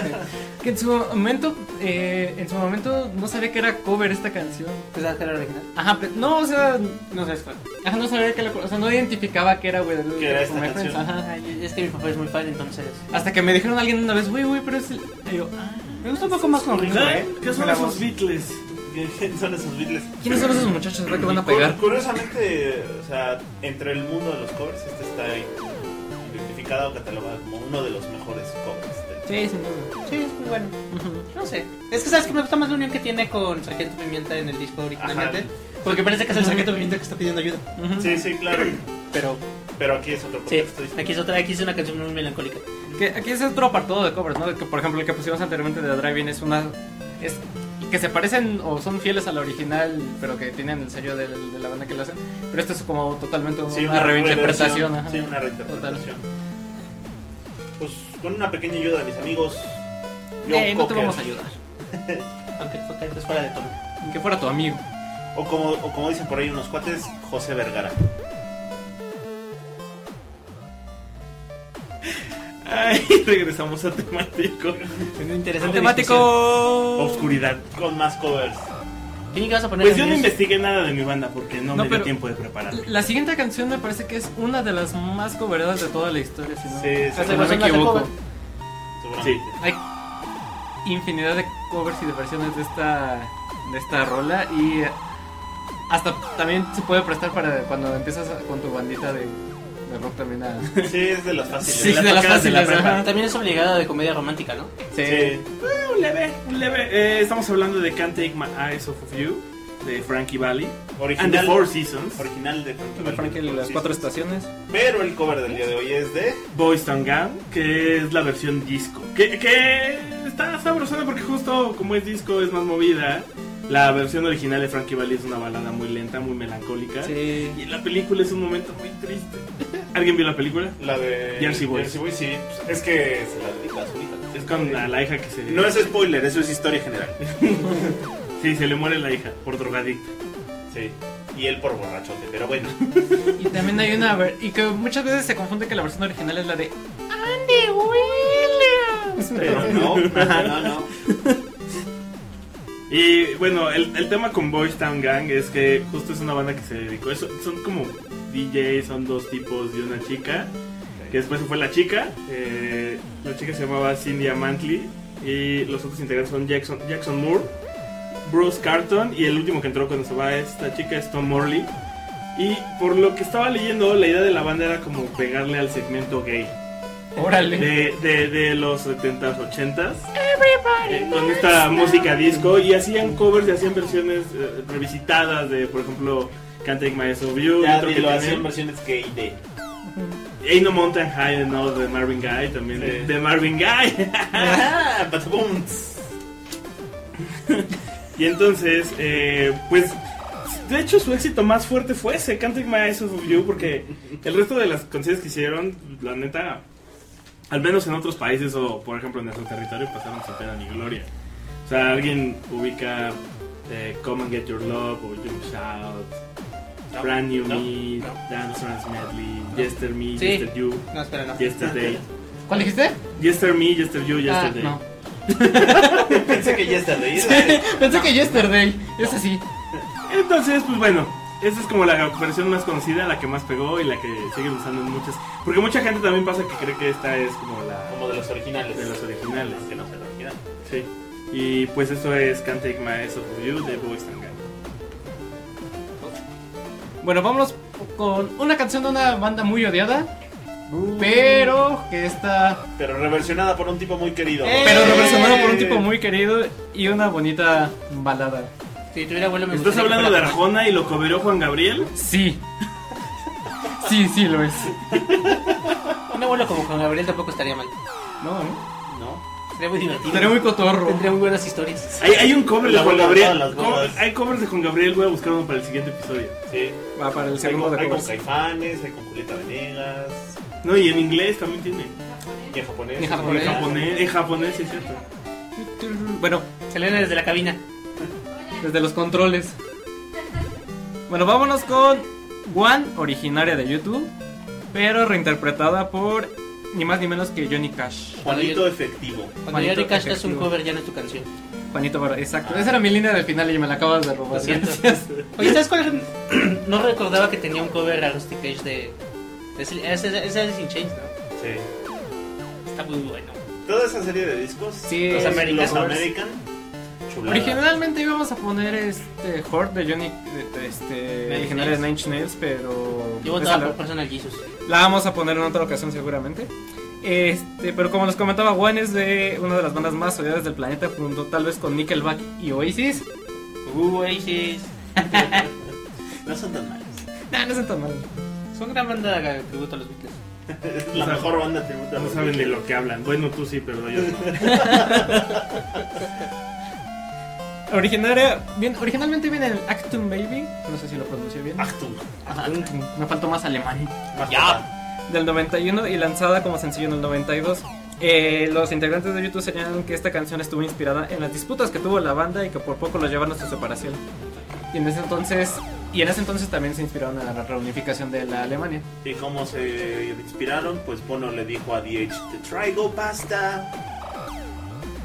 [SPEAKER 2] cierto.
[SPEAKER 3] Que en su momento, eh, en su momento no sabía que era cover esta canción.
[SPEAKER 4] Pensaba que Pues, ah, era original.
[SPEAKER 3] Ajá, pe- no, o sea,
[SPEAKER 4] No sabes cuál.
[SPEAKER 3] ajá, no sabía que la, o sea, no identificaba que era With a Little
[SPEAKER 2] Que era
[SPEAKER 3] Help from
[SPEAKER 2] esta
[SPEAKER 3] My Friends,
[SPEAKER 2] canción.
[SPEAKER 3] ajá.
[SPEAKER 4] Ay, es que mi papá es muy fan, entonces.
[SPEAKER 3] Hasta que me dijeron alguien una vez, uy, uy, pero es el... y yo, ah,
[SPEAKER 4] Me gusta un poco más con Ringo,
[SPEAKER 5] ¿Qué,
[SPEAKER 4] ¿eh?
[SPEAKER 5] Ah, ¿Qué son
[SPEAKER 4] Me la
[SPEAKER 5] esos
[SPEAKER 4] voz.
[SPEAKER 5] Beatles?
[SPEAKER 2] ¿Quién (laughs) son esos Beatles?
[SPEAKER 3] ¿quiénes son esos muchachos? ¿Verdad que van a pegar?
[SPEAKER 2] Cu- Curiosamente, o sea, entre el mundo de los covers, este está ahí identificado o catalogado como uno de los mejores covers. del-
[SPEAKER 3] Sí, sin duda.
[SPEAKER 4] Sí, es muy bueno.
[SPEAKER 3] Ujú.
[SPEAKER 4] No sé. Es que sabes que me gusta más la unión que tiene con Sargento Pimienta en el disco originalmente.
[SPEAKER 2] Ajá.
[SPEAKER 4] Porque parece que es el Sargento Pimienta que está pidiendo ayuda.
[SPEAKER 3] Ujú.
[SPEAKER 2] Sí, sí, claro.
[SPEAKER 4] Pero
[SPEAKER 2] Pero aquí es otro
[SPEAKER 4] sí,
[SPEAKER 2] contexto. distinto.
[SPEAKER 4] aquí es otra, aquí es una canción muy melancólica.
[SPEAKER 3] Que aquí es otro apartado de covers, ¿no? De que, por ejemplo, el que pusimos anteriormente de Driving es una. Es, que se parecen o son fieles a la original, pero que tienen el sello del- de la banda que lo hacen. Pero esto es como totalmente
[SPEAKER 2] Sí,
[SPEAKER 3] una, reinterpretación.
[SPEAKER 2] reversión,
[SPEAKER 3] ajá.
[SPEAKER 2] Sí, una reinterpretación. Pues con una pequeña ayuda de mis amigos.
[SPEAKER 3] Eh,
[SPEAKER 2] Joe
[SPEAKER 3] no te
[SPEAKER 2] Cocker,
[SPEAKER 3] vamos a ayudar.
[SPEAKER 4] Aunque fue que es fuera de tono.
[SPEAKER 3] Que fuera tu amigo.
[SPEAKER 2] O como, o como dicen por ahí unos cuates, José Vergara.
[SPEAKER 5] Ay, (laughs) regresamos a temático.
[SPEAKER 4] Es muy interesante. discusión.
[SPEAKER 3] Temático.
[SPEAKER 5] Obscuridad.
[SPEAKER 2] Con más covers.
[SPEAKER 4] ¿Quién que vas a poner?
[SPEAKER 5] Pues
[SPEAKER 4] en
[SPEAKER 5] yo no
[SPEAKER 4] el-
[SPEAKER 5] investigué nada de mi banda porque no,
[SPEAKER 3] No,
[SPEAKER 5] me
[SPEAKER 3] pero-
[SPEAKER 5] dio tiempo de prepararme.
[SPEAKER 3] La siguiente canción me parece que es una de las más coveradas de toda la historia, si no,
[SPEAKER 2] Sí, sí.
[SPEAKER 3] si no me
[SPEAKER 4] Hasta la
[SPEAKER 3] equivoco.
[SPEAKER 4] cover.
[SPEAKER 5] Sí.
[SPEAKER 2] seguramente.
[SPEAKER 3] Hay infinidad de covers y de versiones de esta, de esta rola y hasta también se puede prestar para cuando empiezas a- con tu bandita de, de rock también a...
[SPEAKER 2] Sí, es de las fáciles.
[SPEAKER 3] Sí,
[SPEAKER 5] la
[SPEAKER 3] de las
[SPEAKER 5] tocas de la
[SPEAKER 3] fáciles,
[SPEAKER 5] prepa.
[SPEAKER 3] ajá.
[SPEAKER 4] También es obligada de comedia romántica, ¿no?
[SPEAKER 2] Sí.
[SPEAKER 5] Eh, un leve, un leve. Eh, estamos hablando de Can't Take My Eyes Off of You de Frankie Valley. And the
[SPEAKER 2] Original,
[SPEAKER 5] Four Seasons.
[SPEAKER 2] original de Frankie
[SPEAKER 3] De Frankie
[SPEAKER 2] Valli,
[SPEAKER 3] las
[SPEAKER 2] sí,
[SPEAKER 3] cuatro
[SPEAKER 2] sí.
[SPEAKER 3] estaciones.
[SPEAKER 2] Pero el cover del día de hoy es de.
[SPEAKER 5] Boys Don't Gang, que es la versión disco. Que, que está sabrosona porque justo como es disco es más movida. La versión original de Frankie Valley es una balada muy lenta, muy melancólica.
[SPEAKER 3] Sí.
[SPEAKER 5] Y en la película es un momento muy triste. ¿Alguien vio la película?
[SPEAKER 2] La de.
[SPEAKER 5] Jersey Boys.
[SPEAKER 2] sí. Pues, Es que se la dedica a su hija.
[SPEAKER 5] Es con la, la hija que se...
[SPEAKER 2] No es spoiler, eso es historia general.
[SPEAKER 5] Sí, se le muere la hija por drogadicta.
[SPEAKER 2] Sí. Y él por borrachote, pero bueno.
[SPEAKER 3] Y también hay una... ver- Y que muchas veces se confunde que la versión original es la de...
[SPEAKER 2] Pero no, ajá, no, no.
[SPEAKER 5] Y bueno, el, el tema con Boys Town Gang es que justo es una banda que se dedicó. eso son como DJs, son dos tipos y una chica. Que después se fue la chica. eh, la chica se llamaba Cindy Amantley. Y los otros integrantes son Jackson, Jackson Moore, Bruce Carton. Y el último que entró cuando se va esta chica es Tom Morley. Y por lo que estaba leyendo, la idea de la banda era como pegarle al segmento gay.
[SPEAKER 3] Órale.
[SPEAKER 5] de, de, de los 70s, 80s. eh, con esta música disco y hacían covers y hacían versiones eh, revisitadas de, por ejemplo, Can't Take My Eyes Off You.
[SPEAKER 2] Ya
[SPEAKER 5] otro que
[SPEAKER 2] lo hacían pues.
[SPEAKER 5] tienen.
[SPEAKER 2] versiones gay de.
[SPEAKER 5] Ain't No Mountain High, no, de Marvin Gaye también.
[SPEAKER 2] Sí.
[SPEAKER 5] De, de Marvin Gaye.
[SPEAKER 2] (laughs) Ah, patabum.
[SPEAKER 5] y entonces, eh, pues, de hecho su éxito más fuerte fue ese, Can't Take My Eyes Off You, porque el resto de las canciones que hicieron, la neta, al menos en otros países o, por ejemplo, en nuestro territorio, pasaron sin pena ni gloria. O sea, alguien ubica eh, Come and Get Your Love o Jump Shout,
[SPEAKER 2] No,
[SPEAKER 5] Brand New
[SPEAKER 2] no,
[SPEAKER 5] Me,
[SPEAKER 2] no.
[SPEAKER 5] Dance Trans Medley, Yester Me,
[SPEAKER 3] Sí.
[SPEAKER 5] Yester You,
[SPEAKER 3] No, espera, no.
[SPEAKER 4] Ah,
[SPEAKER 5] Yesterday.
[SPEAKER 3] ¿Cuál dijiste?
[SPEAKER 5] Yester Me, Yester You,
[SPEAKER 3] Ah,
[SPEAKER 5] Yesterday.
[SPEAKER 3] no.
[SPEAKER 2] Pensé que ya está leída.
[SPEAKER 3] (laughs) Pensé que yesterday. Es así.
[SPEAKER 5] Entonces, pues bueno, esa es como la versión más conocida, la que más pegó y la que siguen usando en muchas. Porque mucha gente también pasa que cree que esta es como la
[SPEAKER 2] Como de los originales.
[SPEAKER 5] de las originales.
[SPEAKER 2] Que no sea la original.
[SPEAKER 5] Sí. Y pues eso es Can't Take My Eyes Off You de Boys and Gang.
[SPEAKER 3] Bueno, vámonos con una canción de una banda muy odiada. Pero que está.
[SPEAKER 2] Pero reversionada por un tipo muy querido.
[SPEAKER 3] ¡Eh!
[SPEAKER 2] Pero
[SPEAKER 3] Pero
[SPEAKER 2] reversionada
[SPEAKER 3] reversionado por un tipo muy querido y una bonita balada.
[SPEAKER 4] Si tuviera abuelo me
[SPEAKER 5] ¿Estás
[SPEAKER 4] gustaría
[SPEAKER 5] hablando de
[SPEAKER 4] que
[SPEAKER 5] Arjona y lo coberó Juan Gabriel?
[SPEAKER 3] Sí. Sí, sí lo es.
[SPEAKER 4] fuera-
[SPEAKER 3] de-
[SPEAKER 4] Un abuelo como Juan Gabriel tampoco estaría mal.
[SPEAKER 3] No, ¿eh?
[SPEAKER 2] No.
[SPEAKER 4] Sería muy divertido.
[SPEAKER 3] Estaría muy cotorro.
[SPEAKER 4] Tendría muy buenas historias.
[SPEAKER 5] Hay, hay un cover de
[SPEAKER 2] La
[SPEAKER 5] Juan
[SPEAKER 2] boda,
[SPEAKER 5] Gabriel.
[SPEAKER 2] todas las
[SPEAKER 5] Co-
[SPEAKER 2] bodas.
[SPEAKER 5] Hay covers de Juan Gabriel, voy a buscar uno para el siguiente episodio.
[SPEAKER 2] Sí.
[SPEAKER 3] Va para el
[SPEAKER 2] Hay
[SPEAKER 3] segundo
[SPEAKER 2] con,
[SPEAKER 3] de
[SPEAKER 2] hay con
[SPEAKER 3] covers.
[SPEAKER 2] Caifanes, hay con Julieta Venegas.
[SPEAKER 5] No, y en inglés también tiene.
[SPEAKER 2] Y en japonés.
[SPEAKER 4] Y en
[SPEAKER 5] En
[SPEAKER 4] japonés.
[SPEAKER 5] japonés, en japonés, sí es cierto.
[SPEAKER 3] Bueno,
[SPEAKER 4] Selena desde la cabina.
[SPEAKER 3] desde los controles. Bueno, vámonos con One, originaria de YouTube, pero reinterpretada por ni más ni menos que Johnny Cash.
[SPEAKER 2] Juanito efectivo.
[SPEAKER 4] Cuando
[SPEAKER 3] Juanito
[SPEAKER 4] ya Rick Cash te hace un
[SPEAKER 3] efectivo.
[SPEAKER 4] cover ya no es tu canción.
[SPEAKER 3] Juanito Barra, exacto. Esa era mi línea del final y me la acabas de robar.
[SPEAKER 4] Lo siento.
[SPEAKER 3] Gracias.
[SPEAKER 4] Oye, ¿sabes cuál? (clears throat) no recordaba que tenía un cover a Rusty Cage de... de Sil- Ese ese- ese es In Chains, ¿no?
[SPEAKER 2] Sí.
[SPEAKER 4] Está muy bueno.
[SPEAKER 2] Toda esa serie de discos.
[SPEAKER 3] Sí,
[SPEAKER 2] los
[SPEAKER 4] los
[SPEAKER 2] American. Los
[SPEAKER 4] American.
[SPEAKER 2] American. Chulada.
[SPEAKER 3] Originalmente íbamos a poner este Horde de Johnny, de- de- este,
[SPEAKER 4] Nine
[SPEAKER 3] originaria de
[SPEAKER 4] Nails.
[SPEAKER 3] Nine Inch Nails, pero
[SPEAKER 4] Yo
[SPEAKER 3] esa
[SPEAKER 4] votaba
[SPEAKER 3] la,
[SPEAKER 4] por Personal Jesus.
[SPEAKER 3] la vamos a poner en otra ocasión seguramente. Este, pero como les comentaba, One es de una de las bandas más odiadas del planeta, junto tal vez con Nickelback y Oasis.
[SPEAKER 4] Uh, Oasis.
[SPEAKER 2] No son tan malos.
[SPEAKER 3] Nah, no son tan mal.
[SPEAKER 4] Son gran banda que tributo a los Beatles.
[SPEAKER 2] Es la
[SPEAKER 5] No
[SPEAKER 2] mejor banda tributa.
[SPEAKER 5] No saben de lo que hablan. Bueno, tú sí, pero yo no.
[SPEAKER 3] Originaria, bien, originalmente viene el Actum Baby, no sé si lo pronuncié bien.
[SPEAKER 2] Achtung.
[SPEAKER 3] Actum, me faltó más alemán.
[SPEAKER 2] Más
[SPEAKER 4] Ya.
[SPEAKER 2] total.
[SPEAKER 3] del 91 y lanzada como sencillo en el 92. Eh, los integrantes de YouTube señalan que esta canción estuvo inspirada en las disputas que tuvo la banda y que por poco los llevaron a su separación. Y en ese entonces, y en ese entonces también se inspiraron en la reunificación de la Alemania.
[SPEAKER 2] ¿Y cómo se inspiraron? Pues Bono le dijo a DH, te traigo pasta.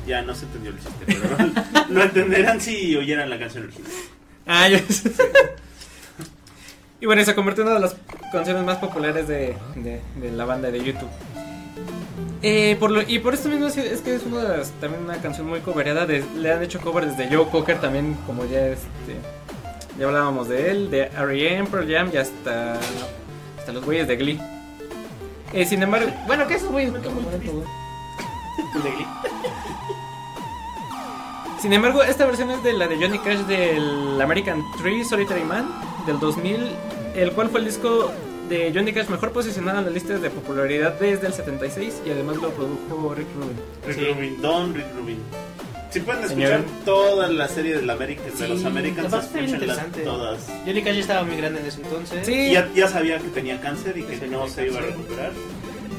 [SPEAKER 2] Ya no se entendió el chiste, pero
[SPEAKER 4] (laughs)
[SPEAKER 2] lo entenderán si oyeran la canción original.
[SPEAKER 3] Ah, ya sé. Y bueno, y se convirtió en una de las canciones más populares de, de- de la banda de YouTube. Eh, por lo, y por esto mismo es, es que es una de las- también una canción muy coverada. de- le han hecho cover desde Joe Cocker también, como ya este, ya hablábamos de él, de R.E.M., Pearl Jam y hasta, hasta los güeyes de Glee. Eh, sin embargo, bueno, que esos güeyes nunca me acuerdo, güey. Sin embargo, esta versión es de la de Johnny Cash del American Tree Solitary Man del 2000, el cual fue el disco de Johnny Cash mejor posicionado en las listas de popularidad desde el 76 y además lo produjo Rick Rubin.
[SPEAKER 2] Rick
[SPEAKER 4] Sí.
[SPEAKER 2] Rubin, Don Rick Rubin. Si pueden
[SPEAKER 3] Señor.
[SPEAKER 2] escuchar toda la serie del América, de
[SPEAKER 4] Sí,
[SPEAKER 2] los
[SPEAKER 4] la
[SPEAKER 2] Americans,
[SPEAKER 4] verdad está bien
[SPEAKER 2] escúchenlas
[SPEAKER 4] interesante.
[SPEAKER 2] todas.
[SPEAKER 4] Johnny Cash estaba muy grande en ese entonces.
[SPEAKER 2] Y
[SPEAKER 3] Sí,
[SPEAKER 2] ya, ya sabía que tenía cáncer y que
[SPEAKER 4] Sí,
[SPEAKER 2] no
[SPEAKER 4] tenía
[SPEAKER 2] se iba a
[SPEAKER 4] cáncer.
[SPEAKER 2] recuperar.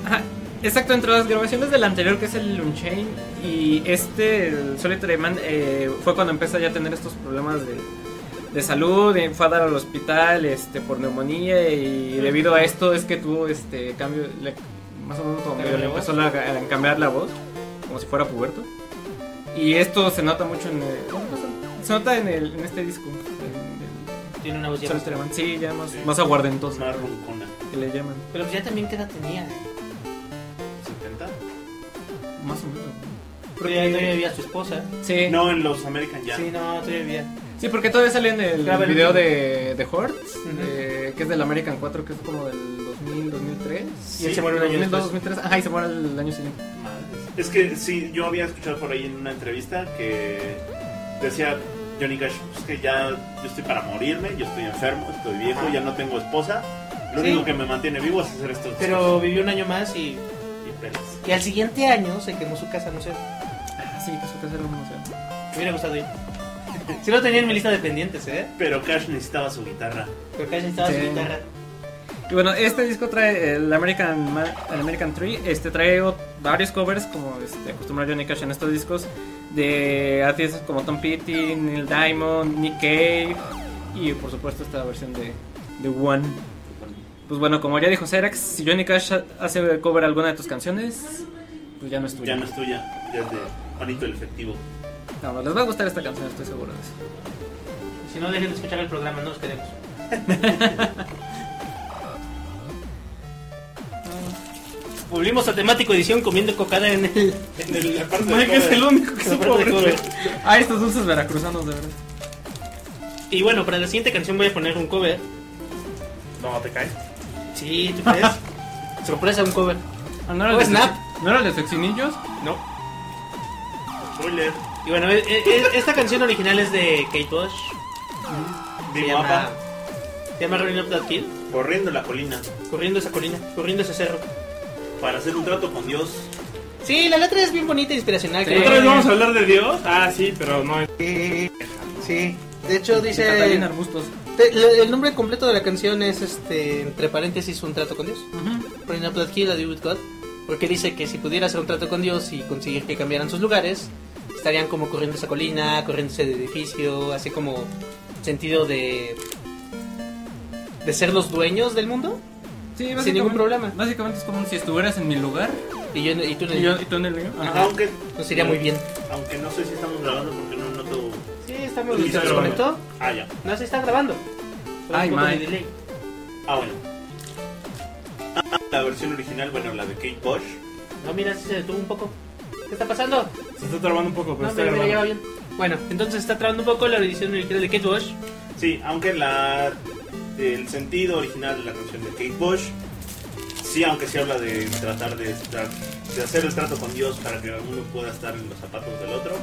[SPEAKER 3] ajá. exacto, entre las grabaciones del anterior que es el Unchained y este, el Solitary Man, eh, fue cuando empezó ya a tener estos problemas de, de salud, eh, fue a dar al hospital este, por neumonía y debido a esto es que tuvo este cambio, le- más o menos como
[SPEAKER 4] ¿Cambio
[SPEAKER 3] medio le
[SPEAKER 4] de voz?
[SPEAKER 3] empezó la- a cambiar la voz, como si fuera puberto. Y esto se nota mucho en el, bueno, no sé, se nota en, el, en este disco. en-
[SPEAKER 4] Tiene una voz
[SPEAKER 3] en
[SPEAKER 4] Pues ya.
[SPEAKER 3] Solitary Man. Sí, ya más,
[SPEAKER 2] Sí.
[SPEAKER 3] más aguardentoso,
[SPEAKER 2] Más runcona.
[SPEAKER 3] que le llaman.
[SPEAKER 4] Pero pues ya también qué edad tenía.
[SPEAKER 2] ¿70?
[SPEAKER 3] Más o menos.
[SPEAKER 4] Porque ya todavía vivía su esposa.
[SPEAKER 3] Sí.
[SPEAKER 2] No, en los American ya.
[SPEAKER 4] Sí, no, todavía vivía.
[SPEAKER 3] Sí, porque todavía sale en el
[SPEAKER 4] Graba el
[SPEAKER 3] video
[SPEAKER 4] último.
[SPEAKER 3] de, de Hortz,
[SPEAKER 4] Ujú.
[SPEAKER 3] de de, que es del American 4, que es como del 2000, 2003. y él
[SPEAKER 2] Sí,
[SPEAKER 3] se muere en el 2002,
[SPEAKER 2] después.
[SPEAKER 3] 2003. Ajá, y se muere el año siguiente.
[SPEAKER 2] Es que sí, yo había escuchado por ahí en una entrevista que decía Johnny Cash, "Pues que ya yo estoy para morirme, yo estoy enfermo, estoy viejo, ya no tengo esposa. Lo
[SPEAKER 4] Sí.
[SPEAKER 2] único que me mantiene vivo es hacer estos
[SPEAKER 4] Pero vivió un año más y,
[SPEAKER 2] discos y pelis".
[SPEAKER 4] y al siguiente año se quemó su casa museo.
[SPEAKER 3] Ah, sí, que su casa era un museo.
[SPEAKER 4] Me hubiera gustado ir. (laughs) Sí lo tenía en mi lista de pendientes, ¿eh?
[SPEAKER 2] Pero Cash necesitaba su guitarra.
[SPEAKER 4] Pero casi estaba su
[SPEAKER 3] Sí.
[SPEAKER 4] guitarra.
[SPEAKER 3] Y bueno, este disco trae el American, Ma- el American Tree, este trae o- varios covers, como este, acostumbra Johnny Cash en estos discos, de artistas como Tom Petty, Neil Diamond, Nick Cave, y por supuesto esta versión de, de One. Pues bueno, como ya dijo Serax, si Johnny Cash ha- hace cover alguna de tus canciones, pues ya no es tuya.
[SPEAKER 2] Ya no es tuya, ya es de Juanito el efectivo.
[SPEAKER 3] No, no, les va a gustar esta canción, estoy seguro de eso.
[SPEAKER 4] Si no, dejen de escuchar el programa, no los (laughs) queremos. Volvimos a temático edición comiendo cocada en el.
[SPEAKER 2] En el- la parte
[SPEAKER 4] Mike
[SPEAKER 2] de
[SPEAKER 4] es el
[SPEAKER 2] cover,
[SPEAKER 4] único que supo abrir.
[SPEAKER 3] Ah, estos dulces veracruzanos, de verdad.
[SPEAKER 4] Y bueno, para la siguiente canción voy a poner un cover.
[SPEAKER 5] No, te caes.
[SPEAKER 4] Sí, ¿tú crees? (laughs) Sorpresa, un cover.
[SPEAKER 3] Ah, ¿No era el
[SPEAKER 4] Oh,
[SPEAKER 3] de
[SPEAKER 4] snap.
[SPEAKER 3] Sexy- ¿No era el de Sexinillos?
[SPEAKER 2] spoiler,
[SPEAKER 4] Y bueno, e- e- esta canción original es de Kate Bush.
[SPEAKER 2] de
[SPEAKER 4] Se llama,
[SPEAKER 2] guapa,
[SPEAKER 4] se llama Running Up That Hill.
[SPEAKER 2] corriendo la colina
[SPEAKER 4] Corriendo esa colina, corriendo ese cerro.
[SPEAKER 2] para hacer un trato con Dios.
[SPEAKER 4] Sí, la letra es bien bonita e inspiracional.
[SPEAKER 3] Sí.
[SPEAKER 4] creo.
[SPEAKER 5] ¿Otra vez vamos a hablar de Dios? Ah, sí, pero no es.
[SPEAKER 4] Sí. De hecho, dice.
[SPEAKER 3] Catalina Arbustos.
[SPEAKER 4] Te- le- el nombre completo de la canción es, este, entre paréntesis, un trato con Dios.
[SPEAKER 3] Ujú.
[SPEAKER 4] Running Up That Hill, a Deal with God. Porque dice que si pudiera hacer un trato con Dios y conseguir que cambiaran sus lugares, estarían como corriendo esa colina, corriendo ese edificio, así como sentido de. de ser los dueños del mundo. Sin
[SPEAKER 3] Sí,
[SPEAKER 4] ningún
[SPEAKER 3] básicamente-
[SPEAKER 4] problema.
[SPEAKER 3] Básicamente es como si estuvieras en mi lugar
[SPEAKER 4] Y, yo, en- y tú en
[SPEAKER 3] y,
[SPEAKER 4] el-
[SPEAKER 3] yo, y tú en el mío. Ajá.
[SPEAKER 2] Aunque,
[SPEAKER 4] Nos iría muy bien.
[SPEAKER 2] aunque no sé si estamos grabando porque no noto.
[SPEAKER 4] Sí, está muy
[SPEAKER 2] Sí,
[SPEAKER 4] bien. ¿Se
[SPEAKER 5] pero-
[SPEAKER 4] desconectó?
[SPEAKER 2] Ah, ya.
[SPEAKER 4] No, se está grabando. Fue
[SPEAKER 3] Ay,
[SPEAKER 4] un poco de
[SPEAKER 3] Mike.
[SPEAKER 4] delay.
[SPEAKER 2] Ah, bueno. Ah, La versión original, bueno, la de Kate Bush.
[SPEAKER 4] No, mira, sí se detuvo un poco. ¿Qué está pasando?
[SPEAKER 5] Se está trabando un poco,
[SPEAKER 4] No,
[SPEAKER 5] pero está
[SPEAKER 4] mira, mira, ya va
[SPEAKER 5] grabando.
[SPEAKER 4] bien. Pues Bueno, entonces está trabando un poco la edición original de Kate Bush.
[SPEAKER 2] Sí, aunque la el sentido original de la canción de Kate Bush, sí, aunque se habla de tratar de, estar- de hacer el trato con Dios para que uno pueda estar en los zapatos del otro,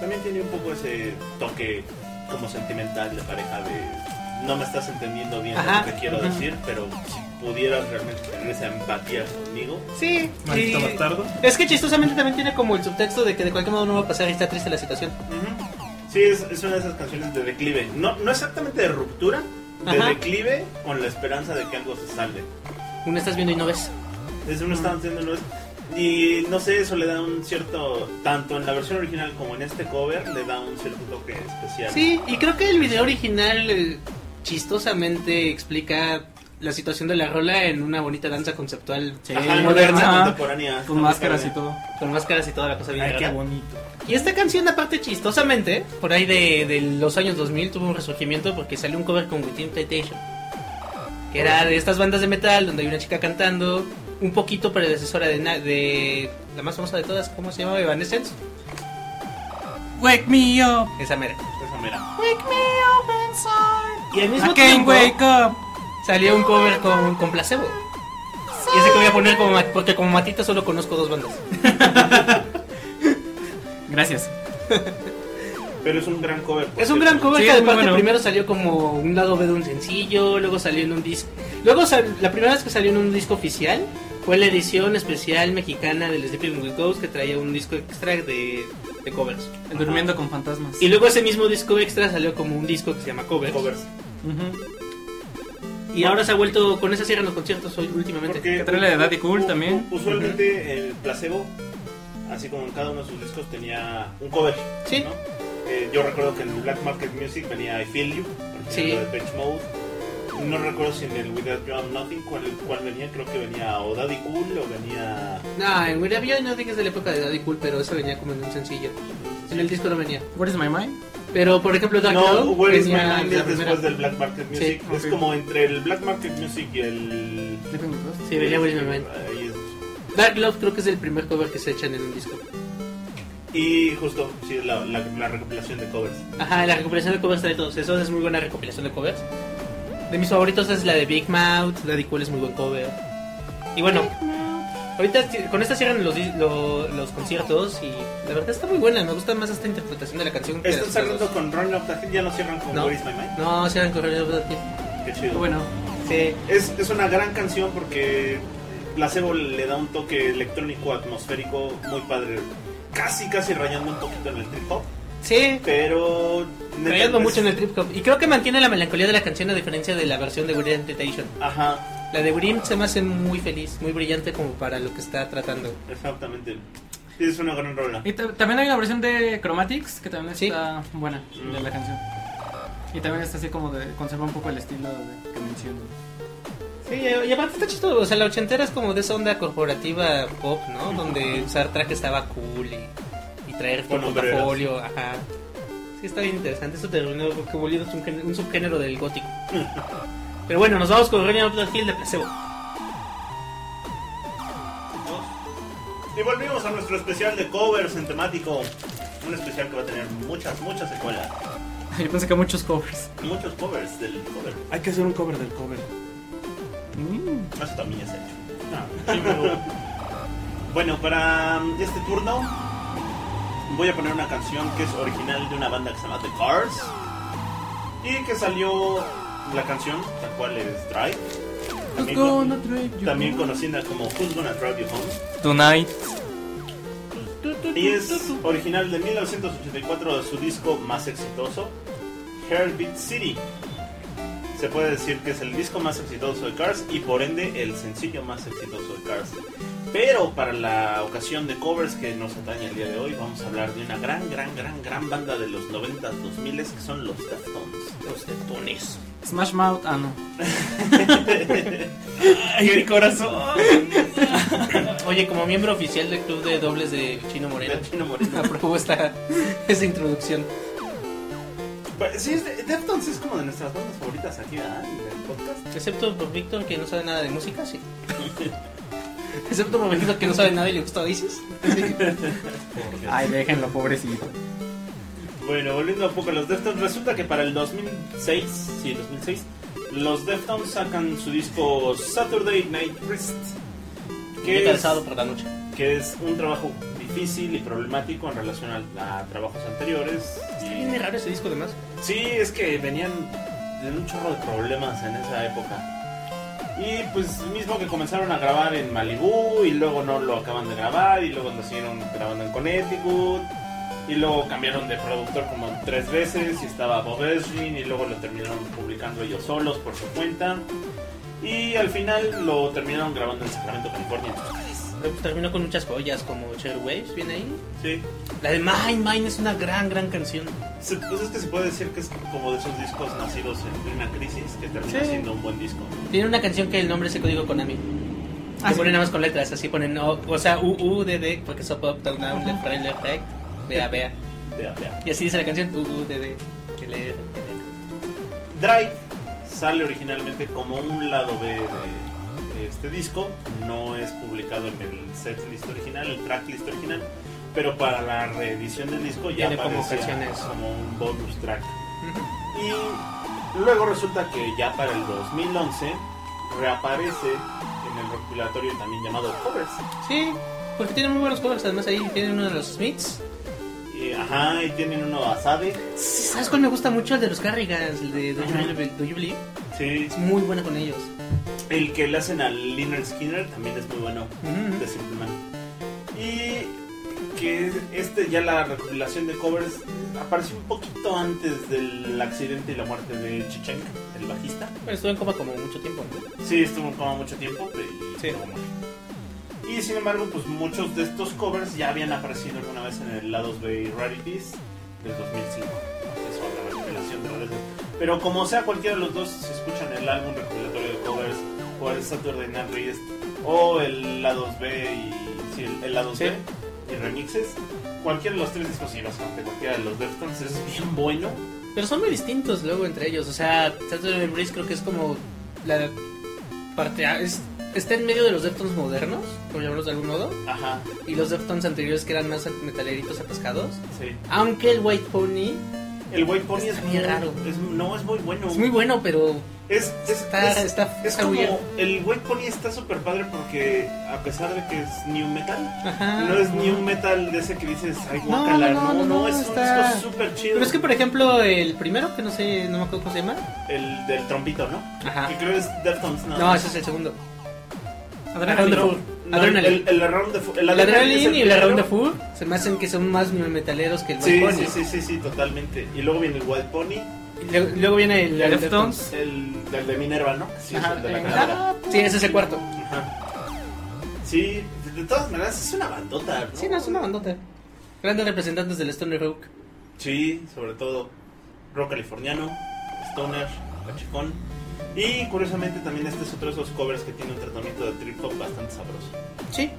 [SPEAKER 2] también tiene un poco ese toque como sentimental de pareja de no me estás entendiendo bien
[SPEAKER 4] Ajá,
[SPEAKER 2] lo que quiero
[SPEAKER 4] ajá.
[SPEAKER 2] decir, pero si pudieras realmente tener esa empatía conmigo,
[SPEAKER 4] Sí,
[SPEAKER 5] Maldito
[SPEAKER 4] y-
[SPEAKER 5] bastardo.
[SPEAKER 4] Es que chistosamente también tiene como el subtexto de que de cualquier modo no va a pasar y está triste la situación.
[SPEAKER 2] Sí, es, es una de esas canciones de declive. No, no exactamente de ruptura, de
[SPEAKER 4] Ajá.
[SPEAKER 2] declive con la esperanza de que algo se salve.
[SPEAKER 4] Uno estás viendo y no ves.
[SPEAKER 2] Desde uno está haciendo no es- Y no sé, eso le da un cierto. Tanto en la versión original como en este cover, le da un cierto toque especial.
[SPEAKER 4] Sí, y creo que el video original eh, chistosamente explica la situación de la rola en una bonita danza conceptual eh,
[SPEAKER 3] Sí,
[SPEAKER 2] Ajá,
[SPEAKER 3] moderna.
[SPEAKER 2] moderna, contemporánea.
[SPEAKER 3] Con máscaras y todo.
[SPEAKER 4] con máscaras y toda la cosa bien.
[SPEAKER 5] Ay, qué
[SPEAKER 4] rara.
[SPEAKER 5] bonito.
[SPEAKER 4] Y esta canción, aparte chistosamente, por ahí de, de los años 2000 tuvo un resurgimiento porque salió un cover con Within Temptation. Que era de estas bandas de metal donde hay una chica cantando, un poquito predecesora de, na- de la más famosa de todas, ¿cómo se llamaba? Evanescence.
[SPEAKER 3] Wake me up.
[SPEAKER 4] Esa mera.
[SPEAKER 2] Esa mera.
[SPEAKER 4] Y al mismo
[SPEAKER 3] I can't
[SPEAKER 4] tiempo
[SPEAKER 3] wake up.
[SPEAKER 4] salió un cover con, con Placebo. Y ese que voy a poner como ma- porque como Matita solo conozco dos bandas.
[SPEAKER 3] Gracias.
[SPEAKER 2] Pero es un gran cover. por
[SPEAKER 4] Es un gran
[SPEAKER 2] cierto.
[SPEAKER 4] cover
[SPEAKER 3] Sí,
[SPEAKER 4] que
[SPEAKER 3] es muy
[SPEAKER 4] aparte
[SPEAKER 3] bueno.
[SPEAKER 4] primero salió como un lado B de un sencillo, luego salió en un disco. Luego sal- la primera vez que salió en un disco oficial fue la edición especial mexicana del Sleeping with Ghosts que traía un disco extra de, de covers.
[SPEAKER 3] El Durmiendo con fantasmas.
[SPEAKER 4] Y luego ese mismo disco extra salió como un disco que se llama Covers.
[SPEAKER 2] Covers.
[SPEAKER 3] Ujú.
[SPEAKER 4] Y ahora se ha vuelto con esa cierran los conciertos hoy últimamente.
[SPEAKER 2] Porque
[SPEAKER 3] Que trae la de Daddy Cool
[SPEAKER 2] u-
[SPEAKER 3] también.
[SPEAKER 2] u- Usualmente el placebo, así como en cada uno de sus discos, tenía un cover.
[SPEAKER 4] Sí.
[SPEAKER 2] ¿no? Eh, yo recuerdo que en el Black Market Music venía I Feel You, por
[SPEAKER 4] Sí.
[SPEAKER 2] ejemplo, de Pitch Mode. No recuerdo si en el Without You I'm Nothing cuál, cuál venía, creo que venía o Daddy Cool o venía.
[SPEAKER 4] No, en Will Have You, no digas de la época de Daddy Cool, pero eso venía como en un sencillo. En el disco no venía.
[SPEAKER 3] Where is my mind?
[SPEAKER 4] Pero por ejemplo Dark
[SPEAKER 2] No,
[SPEAKER 4] Cloud
[SPEAKER 2] Where is My
[SPEAKER 4] venía
[SPEAKER 2] Mind
[SPEAKER 4] la
[SPEAKER 2] es después
[SPEAKER 4] primera.
[SPEAKER 2] del Black Market Music.
[SPEAKER 4] Sí,
[SPEAKER 2] Es
[SPEAKER 3] ok.
[SPEAKER 2] como entre el Black Market Music y el.
[SPEAKER 3] Sleeping with Ghosts.
[SPEAKER 4] Sí, venía Where is My Mind.
[SPEAKER 2] Ahí es.
[SPEAKER 4] Dark Love creo que es el primer cover que se echan en un disco.
[SPEAKER 2] Y justo, sí, es la, la, la recopilación de covers.
[SPEAKER 4] Ajá, la recopilación de covers trae todos esos, es muy buena recopilación de covers. De mis favoritos es la de Big Mouth, Daddy Cool es muy buen cover. Y bueno, ahorita ci- con esta cierran los, di- lo- los conciertos y la verdad está muy buena, me gusta más esta interpretación de la canción que
[SPEAKER 2] Están
[SPEAKER 4] las otras
[SPEAKER 2] cerrando
[SPEAKER 4] dos.
[SPEAKER 2] con Run Up the Hill, ya no cierran con
[SPEAKER 4] No.
[SPEAKER 2] Where Is My Mind.
[SPEAKER 4] No, cierran con Rolling Up That Hill.
[SPEAKER 2] Qué chido.
[SPEAKER 3] Bueno,
[SPEAKER 4] Sí,
[SPEAKER 2] Es, es una gran canción porque Placebo le da un toque electrónico atmosférico muy padre. Casi, casi rayando un poquito en el trip hop,
[SPEAKER 4] sí,
[SPEAKER 2] pero. neta, pues,
[SPEAKER 4] Rayando
[SPEAKER 2] es-
[SPEAKER 4] mucho en el trip hop. Y creo que mantiene la melancolía de la canción a diferencia de la versión de Weird Temptation.
[SPEAKER 2] Ajá,
[SPEAKER 4] La de Brim se me hace muy feliz, muy brillante como para lo que está tratando.
[SPEAKER 2] exactamente. Es una gran rola.
[SPEAKER 3] y ta- también hay una versión de Chromatics que también
[SPEAKER 4] Sí.
[SPEAKER 3] está buena de la canción. Y también está así como de conserva un poco el estilo de- que menciono.
[SPEAKER 4] Sí, y aparte está chistoso. O sea, la ochentera es como de esa onda corporativa pop, ¿no? Donde usar traje estaba cool y, y traer tu
[SPEAKER 2] Con hombreras.
[SPEAKER 4] portafolio, ajá. Sí, está bien interesante. Eso terminó porque volvió un, subgén- un subgénero del
[SPEAKER 2] (laughs)
[SPEAKER 4] gótico. Pero bueno, nos vamos con Ronnie Up the Hill de placebo.
[SPEAKER 2] Y volvimos a nuestro especial de covers en temático. Un especial que va a tener muchas, muchas secuelas.
[SPEAKER 3] (laughs) Yo pensé que muchos covers.
[SPEAKER 2] Muchos covers del cover.
[SPEAKER 5] Hay que hacer un cover del cover.
[SPEAKER 3] Mm.
[SPEAKER 2] Eso también es hecho. Ah,
[SPEAKER 5] Sí, pero-
[SPEAKER 2] Bueno, para um, este turno voy a poner una canción que es original de una banda que se llama The Cars. Y que salió la canción, la cual es Drive. También, con- también conocida como Who's Gonna Drive You Home.
[SPEAKER 7] Tonight.
[SPEAKER 2] Y es original de 1984 de su disco más exitoso, Heartbeat City. Se puede decir que es el disco más exitoso de Cars y por ende el sencillo más exitoso de Cars. Pero para la ocasión de covers que nos atañe el día de hoy, vamos a hablar de una gran, gran, gran, gran banda de los 90s, 2000 que son los Deftones.
[SPEAKER 4] Los tetones.
[SPEAKER 3] Smash Mouth, ah (laughs) no.
[SPEAKER 4] ¡Ay, mi corazón! Oye, como miembro oficial del club de dobles de Chino Moreno,
[SPEAKER 2] De
[SPEAKER 4] (laughs)
[SPEAKER 2] Chino Moreno.
[SPEAKER 4] aprobó esta, esta introducción.
[SPEAKER 2] Pero Pues, Sí, es de- Deftones es como de nuestras bandas favoritas aquí, ¿verdad? En el podcast.
[SPEAKER 4] Excepto por Víctor, que no sabe nada de música,
[SPEAKER 2] (laughs)
[SPEAKER 4] sí. Excepto por Víctor, que no sabe nada y le gusta Oasis.
[SPEAKER 3] Ay, déjenlo, pobrecito.
[SPEAKER 2] Bueno, volviendo un poco a los Deftones, resulta que para el 2006, sí, 2006, los Deftones sacan su disco Saturday Night Priest,
[SPEAKER 4] Qué
[SPEAKER 2] que es,
[SPEAKER 4] cansado por la noche.
[SPEAKER 2] que es un trabajo difícil y problemático en relación a, a trabajos anteriores.
[SPEAKER 4] Bien raro ese disco, además.
[SPEAKER 2] Sí, es que venían de un chorro de problemas en esa época. Y pues mismo que comenzaron a grabar en Malibú y luego no lo acaban de grabar y luego lo siguieron grabando en Connecticut y luego cambiaron de productor como tres veces y estaba Bob Ezrin y luego lo terminaron publicando ellos solos por su cuenta y al final lo terminaron grabando en Sacramento, California.
[SPEAKER 4] Terminó con muchas joyas como Cher Waves, viene ahí.
[SPEAKER 2] Sí.
[SPEAKER 4] La de Mine, Mine es una gran, gran canción.
[SPEAKER 2] Se- Pues es que se puede decir que es como de esos discos nacidos en plena crisis que termina
[SPEAKER 4] Sí.
[SPEAKER 2] siendo un buen disco.
[SPEAKER 4] Tiene una canción que el nombre es el código Konami.
[SPEAKER 3] Ah,
[SPEAKER 4] Ah,
[SPEAKER 3] sí.
[SPEAKER 4] ponen nada más con letras, así ponen, o, o sea, U, U, D, D, porque es up, up, down, down, left, right, left, right, B, A, B, A.
[SPEAKER 2] Vea, vea.
[SPEAKER 4] Y así dice la canción, U, U, D, D, L, R, L, R.
[SPEAKER 2] Drive sale originalmente como un lado B de, de este disco, no es publicado en el setlist original, el tracklist original, pero para la reedición del disco ya
[SPEAKER 4] Tiene como
[SPEAKER 2] aparecía
[SPEAKER 4] canciones.
[SPEAKER 2] como un bonus track. Y luego resulta que ya para el 2011 reaparece en el recopilatorio también llamado Covers.
[SPEAKER 4] Sí, porque tiene muy buenos covers. Además, ahí tiene uno de los Smiths.
[SPEAKER 2] Y, ajá, y tienen uno a Sade.
[SPEAKER 4] Sí, ¿Sabes cuál me gusta mucho? El de los Carrigans, el de Do You, Believe- Do You Believe.
[SPEAKER 2] Sí.
[SPEAKER 4] Es muy buena con ellos.
[SPEAKER 2] El que le hacen a Leonard Skinner también es muy bueno. de Simple Man. Y que este ya la recopilación de covers apareció un poquito antes del accidente y la muerte de Chichenko, el bajista.
[SPEAKER 4] Bueno, Pues estuvo en coma como mucho tiempo.
[SPEAKER 2] Sí, estuvo en coma mucho tiempo y
[SPEAKER 4] Sí.
[SPEAKER 2] luego murió. Y sin embargo, pues muchos de estos covers ya habían aparecido alguna vez en el Lados B y Rarities del 2005. Eso, la recopilación de Rarities. Pero como sea, cualquiera de los dos, si escuchan el álbum recopilatorio de covers o el Saturday Night Rest o el Lados B y sí, el, el Lados
[SPEAKER 4] Sí.
[SPEAKER 2] B y remixes, cualquiera de los tres discos y bastante cualquiera de los Deftones es bien bueno.
[SPEAKER 4] Pero son muy distintos luego entre ellos. O sea, Saturday Night Breeze creo que es como la parte. A- es- está en medio de los Deftones modernos, por llamarlos de algún modo.
[SPEAKER 2] Ajá,
[SPEAKER 4] Y los Deftones anteriores que eran más metaleritos atascados.
[SPEAKER 2] sí.
[SPEAKER 4] Aunque el White Pony
[SPEAKER 2] El White Pony
[SPEAKER 4] Está
[SPEAKER 2] es
[SPEAKER 4] bien
[SPEAKER 2] muy
[SPEAKER 4] raro.
[SPEAKER 2] es- no, es muy bueno.
[SPEAKER 4] Es muy bueno, pero
[SPEAKER 2] Es, es-
[SPEAKER 4] Está-
[SPEAKER 2] es-
[SPEAKER 4] está-
[SPEAKER 2] es
[SPEAKER 4] está
[SPEAKER 2] como
[SPEAKER 4] weird.
[SPEAKER 2] el White Pony está súper padre porque a pesar de que es new metal,
[SPEAKER 4] Ajá.
[SPEAKER 2] no es new metal de ese que dices, ay,
[SPEAKER 4] Ah, No,
[SPEAKER 2] guacala,
[SPEAKER 4] no,
[SPEAKER 2] no, no,
[SPEAKER 4] no, no, no,
[SPEAKER 2] es un
[SPEAKER 4] está-
[SPEAKER 2] disco súper chido.
[SPEAKER 4] Pero es que, por ejemplo, el primero, que no sé, no me acuerdo cómo se llama.
[SPEAKER 2] El del trompito, ¿no?
[SPEAKER 4] Ajá.
[SPEAKER 2] Que creo es Deftones, ¿no?
[SPEAKER 4] Ah. No, ese es el segundo.
[SPEAKER 2] Around
[SPEAKER 4] Adrenaline.
[SPEAKER 2] the Fool. No, el-
[SPEAKER 4] Adrenaline.
[SPEAKER 2] El, el Around the Fool.
[SPEAKER 4] El Adrenaline y el Around the
[SPEAKER 2] Fool.
[SPEAKER 4] Four se me hacen que son más metaleros que el
[SPEAKER 2] Sí,
[SPEAKER 4] Bad
[SPEAKER 2] sí,
[SPEAKER 4] Bunny.
[SPEAKER 2] sí, sí, sí, totalmente. Y luego viene el White Pony,
[SPEAKER 4] Y Luego, luego viene el,
[SPEAKER 8] El
[SPEAKER 4] el
[SPEAKER 8] Deftones.
[SPEAKER 2] el, el de Minerva, ¿no? Sí, es
[SPEAKER 4] Ajá,
[SPEAKER 2] el de la
[SPEAKER 4] eh,
[SPEAKER 2] calavera.
[SPEAKER 4] Deftones. Sí, ese es el cuarto.
[SPEAKER 2] Ajá. Sí, de- de todas maneras es una bandota, ¿no?
[SPEAKER 4] Sí, no, es una bandota. Grandes representantes del Stoner Rock.
[SPEAKER 2] Sí, sobre todo rock californiano, stoner, cachicón. Y curiosamente también este es otro de esos covers que tiene un tratamiento de trip hop bastante sabroso.
[SPEAKER 4] Sí.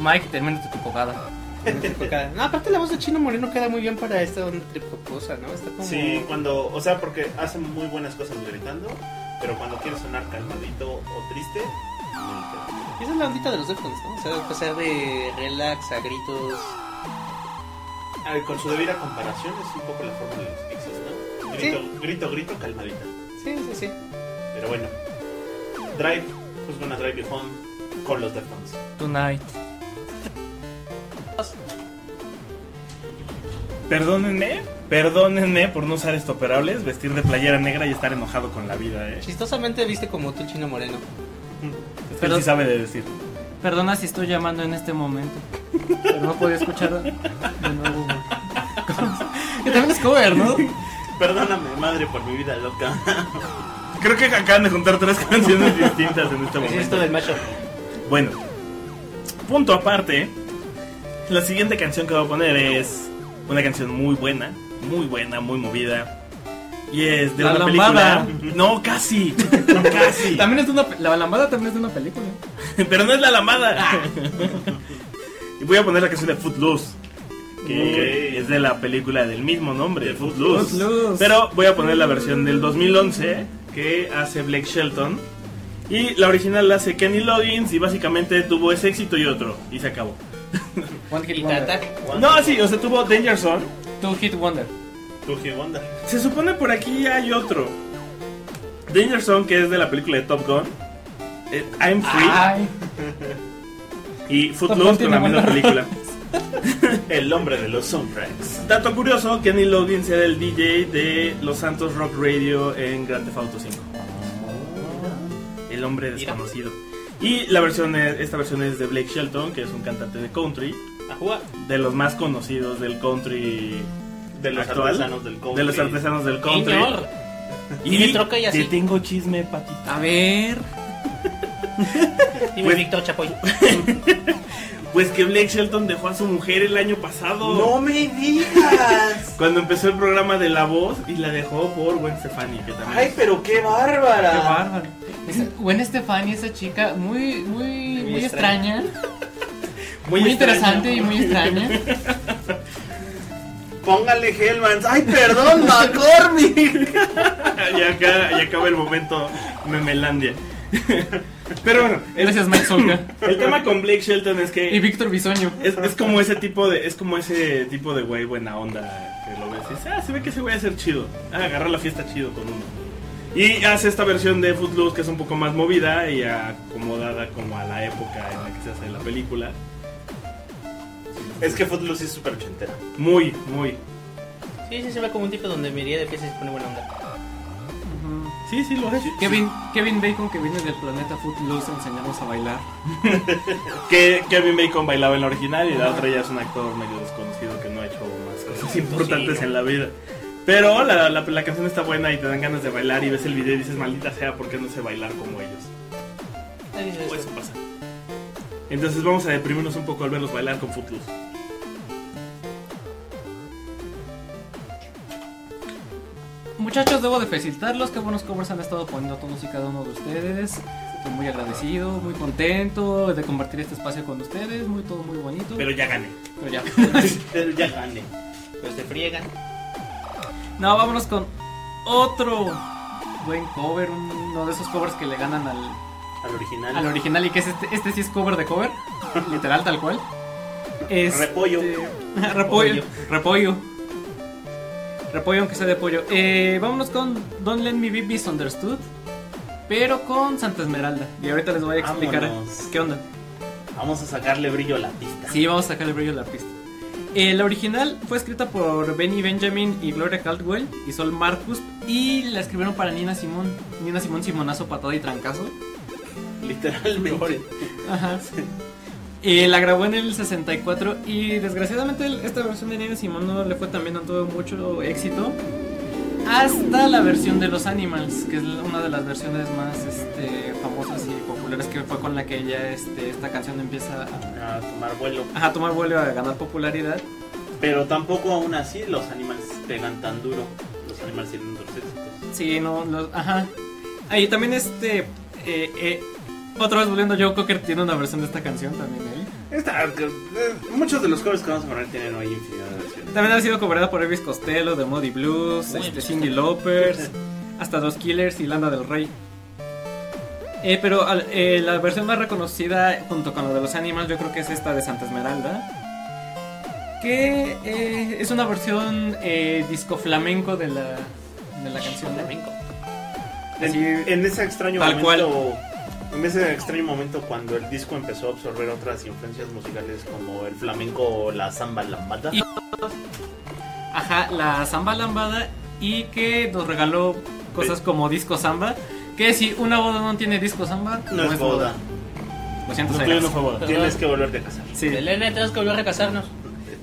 [SPEAKER 3] Mike, termina tu cocada.
[SPEAKER 4] No, aparte la voz de Chino Moreno queda muy bien para esta onda tripoposa, ¿no? Está como...
[SPEAKER 2] (laughs) Sí, cuando, o sea, porque hacen muy buenas cosas gritando, pero cuando quiere sonar calmadito o triste, no,
[SPEAKER 4] Esa es la ondita de los Deftones, ¿no? O sea, pasar de relax a gritos.
[SPEAKER 2] pero- a ver, con su debida comparación es un poco la forma de los Pixies, ¿no? Grito, grito, grito, calmadita.
[SPEAKER 4] Sí, sí, sí.
[SPEAKER 2] Pero bueno, Drive, pues gonna drive you home con los Deftones.
[SPEAKER 3] Tonight.
[SPEAKER 5] Perdónenme, perdónenme por no usar estoperables, vestir de playera negra y estar enojado con la vida, eh.
[SPEAKER 4] Chistosamente viste como tú el Chino Moreno.
[SPEAKER 5] Es que él
[SPEAKER 3] Pero-
[SPEAKER 5] sí sabe de decir.
[SPEAKER 3] Perdona si estoy llamando en este momento. Pero no podía escuchar de nuevo. güey.
[SPEAKER 4] Que también es cover, ¿no?
[SPEAKER 2] Perdóname, madre, por mi vida loca. (laughs)
[SPEAKER 5] Creo que acaban de juntar tres (laughs) canciones distintas en este
[SPEAKER 4] Es
[SPEAKER 5] momento.
[SPEAKER 4] esto del mashup.
[SPEAKER 5] Bueno, punto aparte. La siguiente canción que voy a poner es una canción muy buena, muy buena, muy movida. Y es de
[SPEAKER 3] La
[SPEAKER 5] una
[SPEAKER 3] lambada.
[SPEAKER 5] película. No, casi. casi.
[SPEAKER 3] También es de una. pe- La balambada también es de una película.
[SPEAKER 5] (laughs) Pero no es la
[SPEAKER 3] (laughs)
[SPEAKER 5] lambada. y voy a poner la canción de Footloose. Que
[SPEAKER 2] Ok.
[SPEAKER 5] es de la película del mismo nombre,
[SPEAKER 2] De
[SPEAKER 5] Footloose.
[SPEAKER 3] Footloose.
[SPEAKER 5] Pero voy a poner la versión del 2011 que hace Blake Shelton. Y la original la hace Kenny Loggins y básicamente tuvo ese éxito y otro. Y se acabó.
[SPEAKER 3] One Hit
[SPEAKER 4] Y
[SPEAKER 3] Wonder.
[SPEAKER 4] Tata.
[SPEAKER 5] No, sí, o sea, tuvo Danger Zone.
[SPEAKER 3] Two Hit Wonder.
[SPEAKER 2] Two Hit Wonder.
[SPEAKER 5] Se supone por aquí hay otro. Danger Zone, que es de la película de Top Gun. Eh, I'm Free.
[SPEAKER 3] Ay,
[SPEAKER 5] Y
[SPEAKER 3] Ah, Top Gun
[SPEAKER 5] Footloose con
[SPEAKER 3] tiene
[SPEAKER 5] la misma
[SPEAKER 3] buenos (laughs)
[SPEAKER 5] película.
[SPEAKER 2] El hombre de los soundtracks.
[SPEAKER 5] Dato curioso, Kenny Loggins era el DJ de Los Santos Rock Radio en Grand Theft Auto 5. El hombre desconocido. Y la versión es- esta versión es de Blake Shelton, que es un cantante de country,
[SPEAKER 4] Ajua.
[SPEAKER 5] de los más conocidos del country,
[SPEAKER 2] De los
[SPEAKER 5] Actual.
[SPEAKER 2] artesanos del country.
[SPEAKER 5] de los artesanos del country.
[SPEAKER 4] Señor. Tiene troca y así.
[SPEAKER 5] te tengo chisme, patita.
[SPEAKER 3] a ver.
[SPEAKER 4] Y
[SPEAKER 5] Pues-
[SPEAKER 4] Víctor Chapoy.
[SPEAKER 5] Pues que Blake Shelton dejó a su mujer el año pasado.
[SPEAKER 2] ¡No me digas!
[SPEAKER 5] Cuando empezó el programa de La Voz y la dejó por Gwen Stefani, que también
[SPEAKER 2] ¡Ay, pero qué bárbara!
[SPEAKER 5] Qué bárbaro.
[SPEAKER 3] Esa- Gwen Stefani, esa chica muy, muy, muy
[SPEAKER 4] extraña.
[SPEAKER 3] extraña. Muy interesante y
[SPEAKER 5] extraño.
[SPEAKER 3] muy extraña.
[SPEAKER 2] Póngale Hellmans. ¡Ay, (laughs) perdón, McCormick!
[SPEAKER 5] y, acá, y acaba el momento Memelandia. Pero bueno, el,
[SPEAKER 3] Gracias, Mike Solka. (laughs)
[SPEAKER 5] el tema con Blake Shelton es
[SPEAKER 3] Y
[SPEAKER 5] que
[SPEAKER 3] Víctor Bisoño.
[SPEAKER 5] es, es como ese tipo de es como ese tipo de güey buena onda que lo ves y dices, ah, se ve que ese güey va a ser chido. Ah, agarrar la fiesta chido con uno. Y hace esta versión de Footloose que es un poco más movida y acomodada como a la época en la que se hace la película.
[SPEAKER 2] es que Footloose es súper ochentera.
[SPEAKER 5] Muy, muy.
[SPEAKER 4] Sí, sí, se ve como un tipo donde me iría de fiesta y se pone buena onda.
[SPEAKER 5] Sí, sí, lo hace.
[SPEAKER 3] Kevin, Kevin Bacon, que viene del planeta Footloose, a enseñarnos a bailar.
[SPEAKER 5] Que Kevin Bacon bailaba en la original y la otra ya es un actor medio desconocido que no ha hecho más cosas importantes en la vida. Pero la, la- la canción está buena y te dan ganas de bailar y ves el video y dices, maldita sea, ¿por qué no sé bailar como ellos?
[SPEAKER 4] Ahí dices,
[SPEAKER 5] O eso pasa. Entonces vamos a deprimirnos un poco al verlos bailar con Footloose.
[SPEAKER 3] Muchachos, debo de felicitarlos. Qué buenos covers han estado poniendo todos y cada uno de ustedes. Estoy muy agradecido, muy contento de compartir este espacio con ustedes. Muy todo muy bonito.
[SPEAKER 5] Pero ya gané.
[SPEAKER 3] Pero ya.
[SPEAKER 2] Pero ya gané.
[SPEAKER 4] Pues te friegan.
[SPEAKER 3] No, vámonos con otro buen cover. Uno de esos covers que le ganan al,
[SPEAKER 2] Al original.
[SPEAKER 3] al original y que es este, este sí es cover de
[SPEAKER 2] (laughs)
[SPEAKER 3] cover, literal tal cual. Este, Es (laughs)
[SPEAKER 2] Repollo.
[SPEAKER 3] repollo, repollo. Repollo, aunque sea de pollo. Eh, vámonos con Don't Let Me Be Misunderstood, pero con Santa Esmeralda. Y ahorita les voy a explicar
[SPEAKER 2] Vámonos.
[SPEAKER 3] qué onda.
[SPEAKER 2] Vamos a sacarle brillo a la pista. (laughs)
[SPEAKER 3] Sí, vamos a sacar el brillo de la pista. Eh, la original fue escrita por Benny Benjamin y Gloria Caldwell y Sol Marcus y la escribieron para Nina Simón. Nina Simón, Simonazo, Patada y Trancazo.
[SPEAKER 2] Literalmente.
[SPEAKER 3] Ajá. Y la grabó en el 64 y desgraciadamente el- esta versión de Nina Simón no le fue también, no tuvo mucho éxito. Hasta la versión de Los Animals, que es la- una de las versiones más este, famosas y populares que fue con la que ella este, esta canción empieza a,
[SPEAKER 2] A tomar vuelo.
[SPEAKER 3] ajá, a tomar vuelo a ganar popularidad.
[SPEAKER 2] Pero tampoco aún así los animales pegan tan duro. Los animales tienen otros éxitos.
[SPEAKER 3] Sí, no, no, ajá. Ahí también este, eh, eh, otra vez volviendo Joe Cocker tiene una versión de esta canción también él.
[SPEAKER 2] Esta- eh, muchos de los covers que vamos a poner tienen hoy infinidad de versiones.
[SPEAKER 3] También ha sido cobrada por Elvis Costello, The Muddy Blues,
[SPEAKER 4] Uy,
[SPEAKER 3] este,
[SPEAKER 4] pues,
[SPEAKER 3] Cindy Lopers, hasta Dos Killers y Landa del Rey. Eh, pero al- eh, la versión más reconocida junto con la de los Animals yo creo que es esta de Santa Esmeralda. Que eh, es una versión eh, disco flamenco de la, de la canción. ¿no?
[SPEAKER 4] Flamenco.
[SPEAKER 2] En, en ese extraño
[SPEAKER 3] Tal
[SPEAKER 2] momento. En ese extraño momento cuando el disco empezó a absorber otras influencias musicales como el flamenco o la samba lambada.
[SPEAKER 3] Y- Ajá, la samba lambada y que nos regaló cosas como disco samba. Que si una boda no tiene disco samba,
[SPEAKER 2] No es boda.
[SPEAKER 3] Lo siento,
[SPEAKER 5] No,
[SPEAKER 3] soy
[SPEAKER 5] tuyo no
[SPEAKER 3] gays.
[SPEAKER 5] fue boda.
[SPEAKER 2] Tienes que volverte a casar.
[SPEAKER 3] Sí.
[SPEAKER 4] Elena, tenemos que volver a casarnos.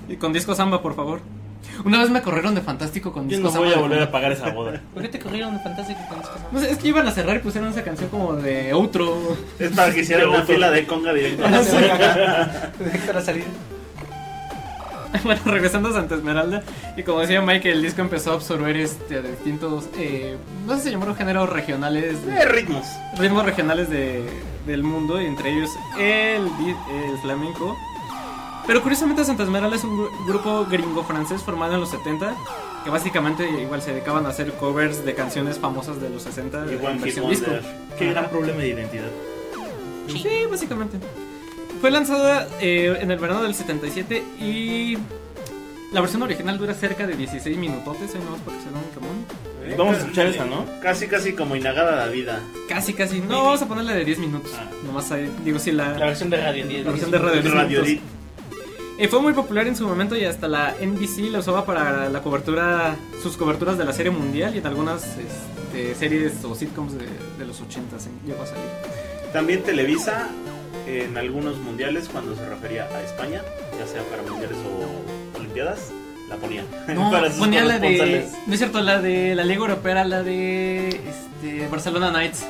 [SPEAKER 3] Y con disco samba, por favor. Una vez me corrieron de Fantástico con
[SPEAKER 5] Yo
[SPEAKER 3] disco
[SPEAKER 5] no
[SPEAKER 3] samba.
[SPEAKER 5] voy a
[SPEAKER 3] de
[SPEAKER 5] volver a
[SPEAKER 3] fondo.
[SPEAKER 5] pagar esa boda.
[SPEAKER 4] ¿Por qué te corrieron de Fantástico con disco (laughs) samba?
[SPEAKER 3] No sé, es que iban a cerrar y pusieron esa canción como de outro. (laughs)
[SPEAKER 2] Es para que hicieran
[SPEAKER 5] Qué
[SPEAKER 2] una
[SPEAKER 5] gusto.
[SPEAKER 2] fila de conga directo.
[SPEAKER 4] (laughs) Para salir.
[SPEAKER 3] bueno, regresando a Santa Esmeralda. Y como decía Mike, el disco empezó a absorber este, de distintos. eh, no sé si se llamaron géneros regionales. de-
[SPEAKER 2] Eh, ritmos.
[SPEAKER 3] ritmos regionales de, del mundo, y entre ellos el, di- el flamenco. Pero curiosamente Santa Esmeralda es un gru- grupo gringo-francés formado en los 70, que básicamente igual se dedicaban a hacer covers de canciones famosas de los 60
[SPEAKER 2] Y
[SPEAKER 3] en
[SPEAKER 2] One Hit
[SPEAKER 3] versión disco.
[SPEAKER 2] Wonder.
[SPEAKER 5] Qué gran problema de identidad.
[SPEAKER 3] Sí, básicamente. Fue lanzada eh, en el verano del 77 y la versión original dura cerca de 16 minutotes, ahí nomás para que se den un camón.
[SPEAKER 5] Vamos a escuchar esa, ¿no?
[SPEAKER 2] Casi, casi como inagada la vida.
[SPEAKER 3] Casi, casi. No, vamos a ponerle de 10 minutos.
[SPEAKER 5] Ah.
[SPEAKER 3] Nomás ahí, digo, si la,
[SPEAKER 4] La versión de radio.
[SPEAKER 3] la versión de radio. 10
[SPEAKER 2] Radio
[SPEAKER 3] minutos.
[SPEAKER 2] Edit.
[SPEAKER 3] Eh, fue muy popular en su momento y hasta la NBC la usaba para la cobertura, sus coberturas de la serie mundial y en algunas este, series o sitcoms de, de los 80 llegó a salir.
[SPEAKER 2] También Televisa en algunos mundiales cuando se refería a España, ya sea para mundiales o olimpiadas, la ponía. (laughs)
[SPEAKER 3] No,
[SPEAKER 2] para sus
[SPEAKER 3] ponía la de,
[SPEAKER 2] corresponsales.
[SPEAKER 3] no es cierto, la de la Liga Europea, la de este, Barcelona
[SPEAKER 2] (laughs)
[SPEAKER 3] Knights.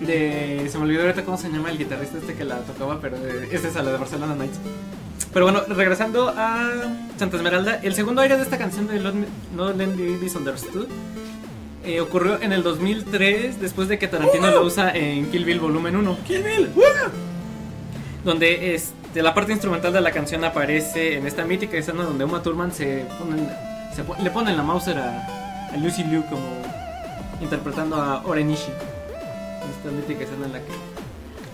[SPEAKER 3] De, se me olvidó ahorita cómo se llama el guitarrista este que la tocaba, pero eh, es esa, la de Barcelona Knights. Pero bueno, regresando a Santa Esmeralda, el segundo aire de esta canción de Lot- No Let Me Be Misunderstood eh, ocurrió en el 2003, después de que Tarantino lo usa en Kill Bill Volumen 1. ¡Kill Bill! Donde este, la parte instrumental de la canción aparece en esta mítica escena donde Uma Thurman se, ponen- se po- le ponen la Mauser a, a Lucy Liu como interpretando a Orenishi. Esta mítica escena en la que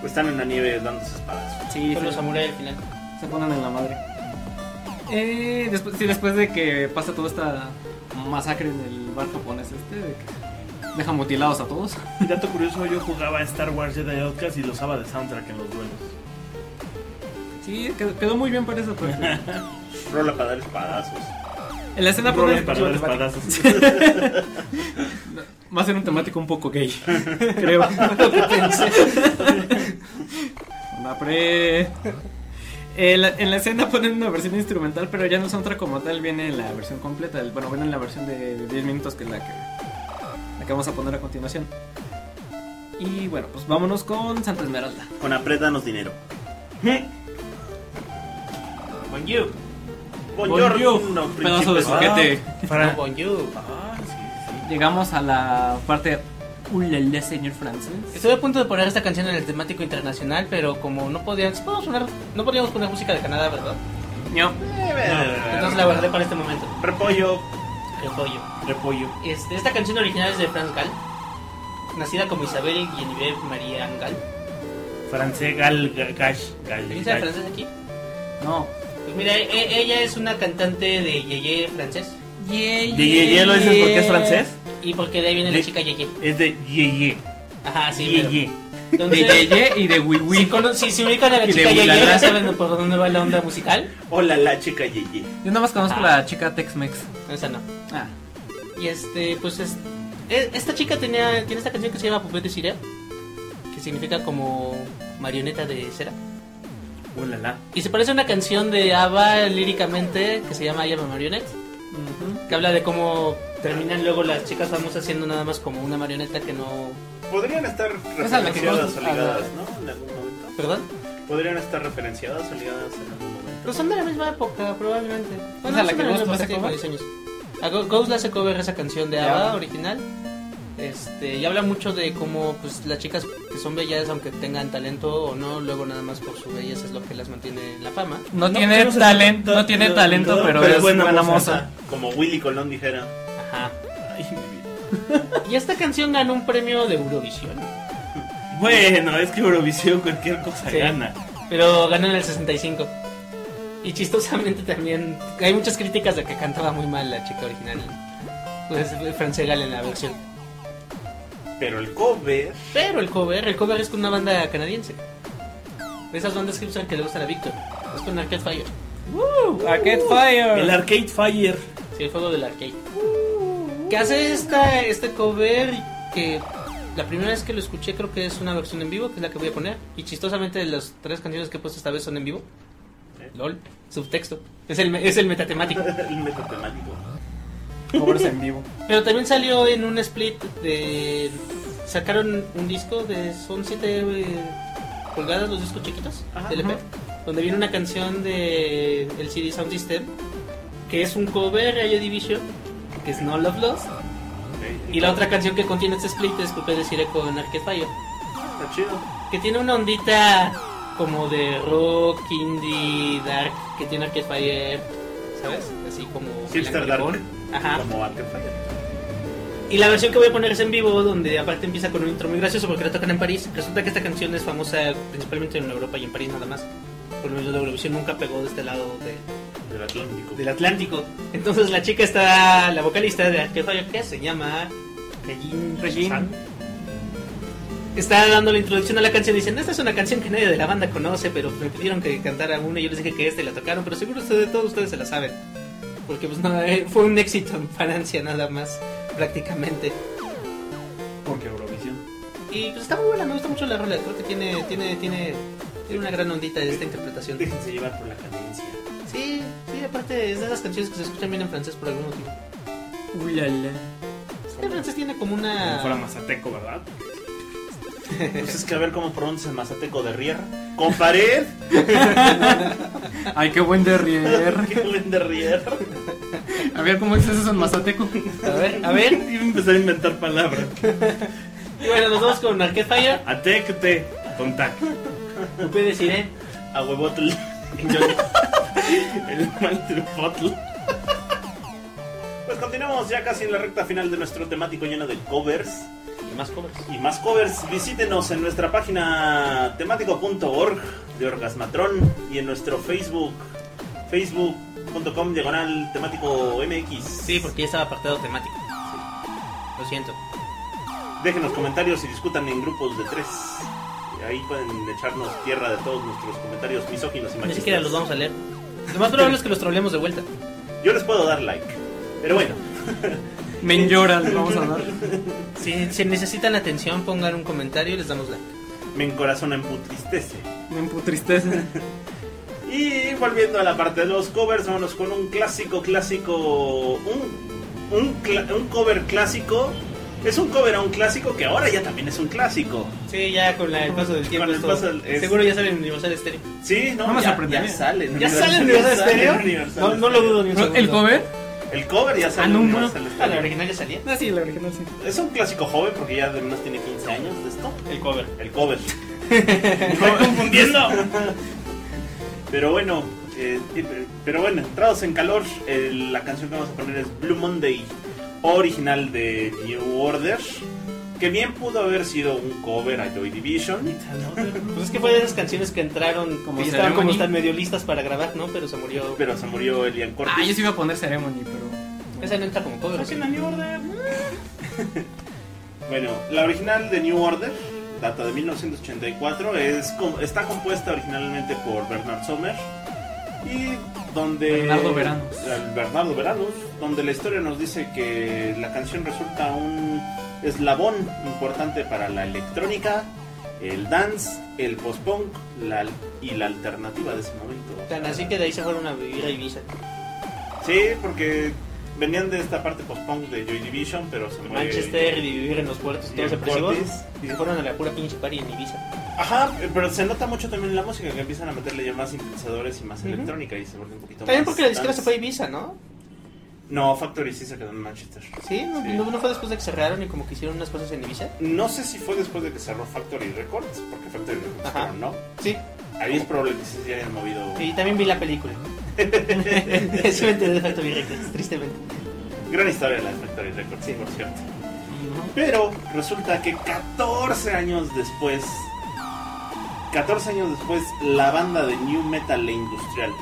[SPEAKER 2] pues, Están en la nieve dándose espadas.
[SPEAKER 3] sí,
[SPEAKER 4] Con
[SPEAKER 3] se,
[SPEAKER 4] los samuráis al final.
[SPEAKER 3] se ponen en la madre. Eh, después, sí, después de que pasa toda esta masacre en el bar japonés este, de que deja mutilados a todos.
[SPEAKER 5] Dato curioso, yo jugaba a Star Wars Jedi Outcast y lo usaba de soundtrack en los duelos.
[SPEAKER 3] Sí, quedó, quedó muy bien para esa parte.
[SPEAKER 2] Rola para dar espadazos.
[SPEAKER 3] En la escena
[SPEAKER 5] Rolas
[SPEAKER 3] ponen-
[SPEAKER 5] para dar espadazos.
[SPEAKER 3] Va a ser un temático un poco gay, creo. (laughs) Lo que pensé. Una pre. En la, en la escena ponen una versión instrumental, pero ya no son otra como tal, viene en la versión completa. el- Bueno, viene en la versión de 10 minutos que es la que, la que vamos a poner a continuación. Y bueno, pues vámonos con Santa Esmeralda.
[SPEAKER 2] Con apriétanos dinero. ¿Eh?
[SPEAKER 4] Bon you.
[SPEAKER 2] Buongiorno,
[SPEAKER 3] Bonjour,
[SPEAKER 2] príncipe.
[SPEAKER 3] pedazo de soquete.
[SPEAKER 4] No,
[SPEAKER 5] Para...
[SPEAKER 4] bon you.
[SPEAKER 5] Ah, sí, sí.
[SPEAKER 3] Llegamos a la parte. Ulala, señor francés.
[SPEAKER 4] Estuve a punto de poner esta canción en el temático internacional, pero como no podíamos poner, no podíamos poner música de Canadá, ¿verdad?
[SPEAKER 3] No.
[SPEAKER 4] Entonces la guardé para este momento.
[SPEAKER 2] Repollo.
[SPEAKER 4] El pollo.
[SPEAKER 5] Repollo.
[SPEAKER 4] Este, esta canción original es de Franz Gall, nacida como Isabel Genevieve María Gall.
[SPEAKER 5] Francés Gal Ga- Gash. Gal
[SPEAKER 4] ¿Quién sabe
[SPEAKER 5] Gash.
[SPEAKER 4] francés aquí?
[SPEAKER 3] No.
[SPEAKER 4] e, Pues mira, e- ella es una cantante de yeye francés. Ye,
[SPEAKER 5] ¿De ye, ye lo dices porque es francés?
[SPEAKER 4] Y porque de ahí viene
[SPEAKER 5] Le-
[SPEAKER 4] la chica Ye Ye.
[SPEAKER 5] Es de Yeye.
[SPEAKER 4] Ajá, sí. pero-
[SPEAKER 9] De
[SPEAKER 5] Yeye.
[SPEAKER 4] Entonces,
[SPEAKER 9] Yeye y de
[SPEAKER 4] si,
[SPEAKER 9] Wiwi.
[SPEAKER 4] cono- si se ubican a la
[SPEAKER 9] Y de
[SPEAKER 4] chica Ye Ye,
[SPEAKER 9] Ulala.
[SPEAKER 4] ya saben por dónde va la onda musical.
[SPEAKER 2] Hola, la chica Yeye.
[SPEAKER 9] Yo nada más conozco a la chica Tex-Mex.
[SPEAKER 4] Esa no.
[SPEAKER 9] Ah,
[SPEAKER 4] Y este, pues es, e- esta chica tenía, tiene esta canción que se llama Puppet de Cera, que significa como marioneta de cera.
[SPEAKER 5] Ulala.
[SPEAKER 4] Y se parece a una canción de ABBA líricamente que se llama Llama Marionette, que habla de cómo terminan luego las chicas famosas siendo nada más como una marioneta que no...
[SPEAKER 2] Podrían estar
[SPEAKER 9] Esa es la que
[SPEAKER 2] referenciadas o
[SPEAKER 9] consta-
[SPEAKER 2] ligadas, ¿no? En algún momento.
[SPEAKER 4] ¿Verdad?
[SPEAKER 2] Podrían estar referenciadas o ligadas en algún momento.
[SPEAKER 4] Pero son de la misma época, probablemente.
[SPEAKER 9] ¿Esa es la
[SPEAKER 4] son
[SPEAKER 9] que
[SPEAKER 4] de
[SPEAKER 9] Ghost
[SPEAKER 4] misma
[SPEAKER 9] la hace
[SPEAKER 4] época,
[SPEAKER 9] cover?
[SPEAKER 4] diseños. A Go- Ghost la hace cover esa canción de
[SPEAKER 9] Ya.
[SPEAKER 4] ABBA original. Este, y habla mucho de cómo pues, las chicas que son bellas, aunque tengan talento o no, luego nada más por su belleza es lo que las mantiene en la fama.
[SPEAKER 9] no, tiene talento, no tiene talento, pero, es buena, moza.
[SPEAKER 2] Como Willy Colón dijera.
[SPEAKER 4] Ajá.
[SPEAKER 5] Ay, mi vida.
[SPEAKER 4] Y esta canción ganó un premio de Eurovisión,
[SPEAKER 5] Bueno, es que Eurovisión cualquier cosa
[SPEAKER 4] Sí.
[SPEAKER 5] gana.
[SPEAKER 4] pero ganó en el 65. Y chistosamente también hay muchas críticas de que cantaba muy mal la chica original. Pues Francega en la versión.
[SPEAKER 2] Pero el cover.
[SPEAKER 4] Pero el cover, el cover es con una banda canadiense. De esas bandas hipster que le gustan a Víctor. Es con Arcade Fire.
[SPEAKER 9] Arcade
[SPEAKER 5] El
[SPEAKER 9] Fire.
[SPEAKER 5] Arcade Fire.
[SPEAKER 4] Sí, el juego del arcade. Que hace esta, este cover que la primera vez que lo escuché creo que es una versión en vivo, que es la que voy a poner. Y chistosamente las tres canciones que he puesto esta vez son en vivo. LOL, subtexto. Es el, me- es el metatemático.
[SPEAKER 2] (laughs) El metatemático.
[SPEAKER 9] Cobras en vivo.
[SPEAKER 4] Pero también salió en un split de... Sacaron un disco de... Son 7 pulgadas los discos chiquitos
[SPEAKER 2] Ajá.
[SPEAKER 4] del EP, Donde viene una canción de el CD Sound System. Que es un cover a Joy Division. Que es No Love Lost. Y la otra canción que contiene este split es Pupe de Sire con Arcade Fire.
[SPEAKER 2] Está chido.
[SPEAKER 4] Que tiene una ondita como de rock, indie, dark. Que tiene Arcade Fire. ¿Sabes? Así como...
[SPEAKER 2] Hipster dark.
[SPEAKER 4] melancolicón. Ajá.
[SPEAKER 2] Como Arcade Fire.
[SPEAKER 4] Y la versión que voy a poner es en vivo, donde aparte empieza con un intro muy gracioso porque la tocan en París. Resulta que esta canción es famosa principalmente en Europa y en París nada más. Por lo menos la Eurovisión nunca pegó de este lado de-
[SPEAKER 2] Del Atlántico.
[SPEAKER 4] del Atlántico. Entonces la chica está, la vocalista de Arcade Fire, que se llama Regine. Regine. Está dando la introducción a la canción. Dicen, esta es una canción que nadie de la banda conoce, pero me pidieron que cantara una. Yo les dije que esta y la tocaron, pero seguro ustedes, todos ustedes se la saben. Porque pues no, eh, fue un éxito en Francia nada más, prácticamente.
[SPEAKER 5] Porque Eurovisión.
[SPEAKER 4] Y pues está muy buena, me gusta mucho la rola. Creo que tiene, tiene, tiene, tiene una gran ondita de esta interpretación.
[SPEAKER 2] Déjense llevar por la cadencia.
[SPEAKER 4] Sí, sí, aparte es de esas canciones que se escuchan bien en francés por algún motivo.
[SPEAKER 9] Uy, la, la.
[SPEAKER 4] El francés tiene como
[SPEAKER 5] Como fuera
[SPEAKER 4] una.
[SPEAKER 5] Mazateco, ¿verdad?
[SPEAKER 2] Pues es que a ver cómo pronuncias el mazateco de Rier. Con pared.
[SPEAKER 9] Ay, qué buen derrier.
[SPEAKER 2] (laughs) Qué buen de Rier.
[SPEAKER 9] A ver cómo dices eso en Mazateco.
[SPEAKER 4] A ver, a ver.
[SPEAKER 5] Iba a empezar a inventar palabras.
[SPEAKER 4] Y bueno, nos vamos con Arcade Fire.
[SPEAKER 5] Atecte, contact.
[SPEAKER 4] Me puede decir, eh.
[SPEAKER 2] A
[SPEAKER 4] (laughs)
[SPEAKER 2] huevotl.
[SPEAKER 5] El maltripotl.
[SPEAKER 2] Pues continuamos ya casi en la recta final de nuestro temático lleno de covers.
[SPEAKER 4] Y más covers.
[SPEAKER 2] y más covers, visítenos en nuestra página temático.org de Orgasmatrón y en nuestro Facebook, facebook.com diagonal temático MX.
[SPEAKER 4] Sí, porque ya estaba apartado temático. Lo siento.
[SPEAKER 2] Déjenos comentarios y discutan en grupos de tres. Ahí pueden echarnos tierra de todos nuestros comentarios misóginos y
[SPEAKER 4] Ni
[SPEAKER 2] machistas.
[SPEAKER 4] siquiera los vamos a leer. Lo más probable es que los troleemos de vuelta.
[SPEAKER 2] Yo les puedo dar like. Pero bueno,
[SPEAKER 9] Me lloran, vamos a dar.
[SPEAKER 4] Si, si necesitan atención, pongan un comentario y les damos like.
[SPEAKER 2] me encorazona en putristece.
[SPEAKER 9] Me emputristece.
[SPEAKER 2] Y volviendo a la parte de los covers, vámonos con un clásico, clásico. Un, un, cla- un cover clásico. Es un cover a un clásico que ahora ya también es un clásico.
[SPEAKER 4] Sí, ya con la- el paso del tiempo.
[SPEAKER 2] Con el
[SPEAKER 4] esto-
[SPEAKER 2] paso del- es-
[SPEAKER 4] Seguro ya saben Universal Stereo.
[SPEAKER 2] Sí, no,
[SPEAKER 9] No me
[SPEAKER 2] ya,
[SPEAKER 9] sorprendería.
[SPEAKER 2] ya salen.
[SPEAKER 4] ¿Ya sale Universal Stereo? No, no lo dudo ni un segundo.
[SPEAKER 9] ¿El cover?
[SPEAKER 2] El cover ya sale.
[SPEAKER 9] Ah, no, no.
[SPEAKER 2] Universal
[SPEAKER 4] Ah, la
[SPEAKER 2] Stereo.
[SPEAKER 4] original ya salía.
[SPEAKER 9] Ah, sí, la original sí.
[SPEAKER 2] Es un clásico joven porque ya además tiene 15 años de esto.
[SPEAKER 4] El cover.
[SPEAKER 2] El cover. Me estoy confundiendo. Pero bueno, eh, pero bueno, entrados en calor, eh, la canción que vamos a poner es Blue Monday, original de New Order, que bien pudo haber sido un cover a Joy Division.
[SPEAKER 4] Pues es que fue de esas canciones que entraron
[SPEAKER 9] Como
[SPEAKER 4] como estaban como
[SPEAKER 9] Ceremony.
[SPEAKER 4] están medio listas para grabar, ¿no? Pero se murió.
[SPEAKER 3] Ah,
[SPEAKER 2] Pero se murió Elian Cortis.
[SPEAKER 9] Ah, yo sí iba a poner Ceremony, pero.
[SPEAKER 4] Esa no entra como cover. ¿sí?
[SPEAKER 5] Saquen a New Order.
[SPEAKER 2] Bueno, la original de New Order, data de 1984, es, com- está compuesta originalmente por Bernard Sommer y donde...
[SPEAKER 9] Bernardo Veranos.
[SPEAKER 2] El Bernardo Veranos, donde la historia nos dice que la canción resulta un eslabón importante para la electrónica, el dance, el post-punk la- y la alternativa de ese momento.
[SPEAKER 4] Tan así que de ahí se fueron a vivir a Ibiza.
[SPEAKER 2] Sí, porque venían de esta parte post-punk de Joy Division, pero se fue-
[SPEAKER 4] Manchester y vivir en los puertos y
[SPEAKER 2] y
[SPEAKER 4] todo
[SPEAKER 2] en
[SPEAKER 4] se presionó.
[SPEAKER 2] Cortes.
[SPEAKER 4] Y se fueron a la pura pinche party en Ibiza.
[SPEAKER 2] Ajá, pero se nota mucho también en la música que empiezan a meterle ya más sintetizadores y más electrónica y se vuelve un poquito
[SPEAKER 4] También
[SPEAKER 2] más.
[SPEAKER 4] porque la disquera
[SPEAKER 2] dance.
[SPEAKER 4] se fue a Ibiza, ¿no?
[SPEAKER 2] No, Factory sí se quedó en Manchester.
[SPEAKER 4] Sí, no,
[SPEAKER 2] Sí.
[SPEAKER 4] no- no fue después de que cerraron y como que hicieron unas cosas en Ibiza.
[SPEAKER 2] No sé si fue después de que cerró Factory Records, porque Factory Records
[SPEAKER 4] Ajá.
[SPEAKER 2] pero no.
[SPEAKER 4] Sí,
[SPEAKER 2] Ahí es probable que sí se hayan movido.
[SPEAKER 4] y también vi la película. (laughs) sí me enteré de Factory Records, tristemente.
[SPEAKER 2] Gran historia la de Factory Records, sí, por cierto. Pero resulta que 14 años después, 14 años después, la banda de New Metal e Industrial,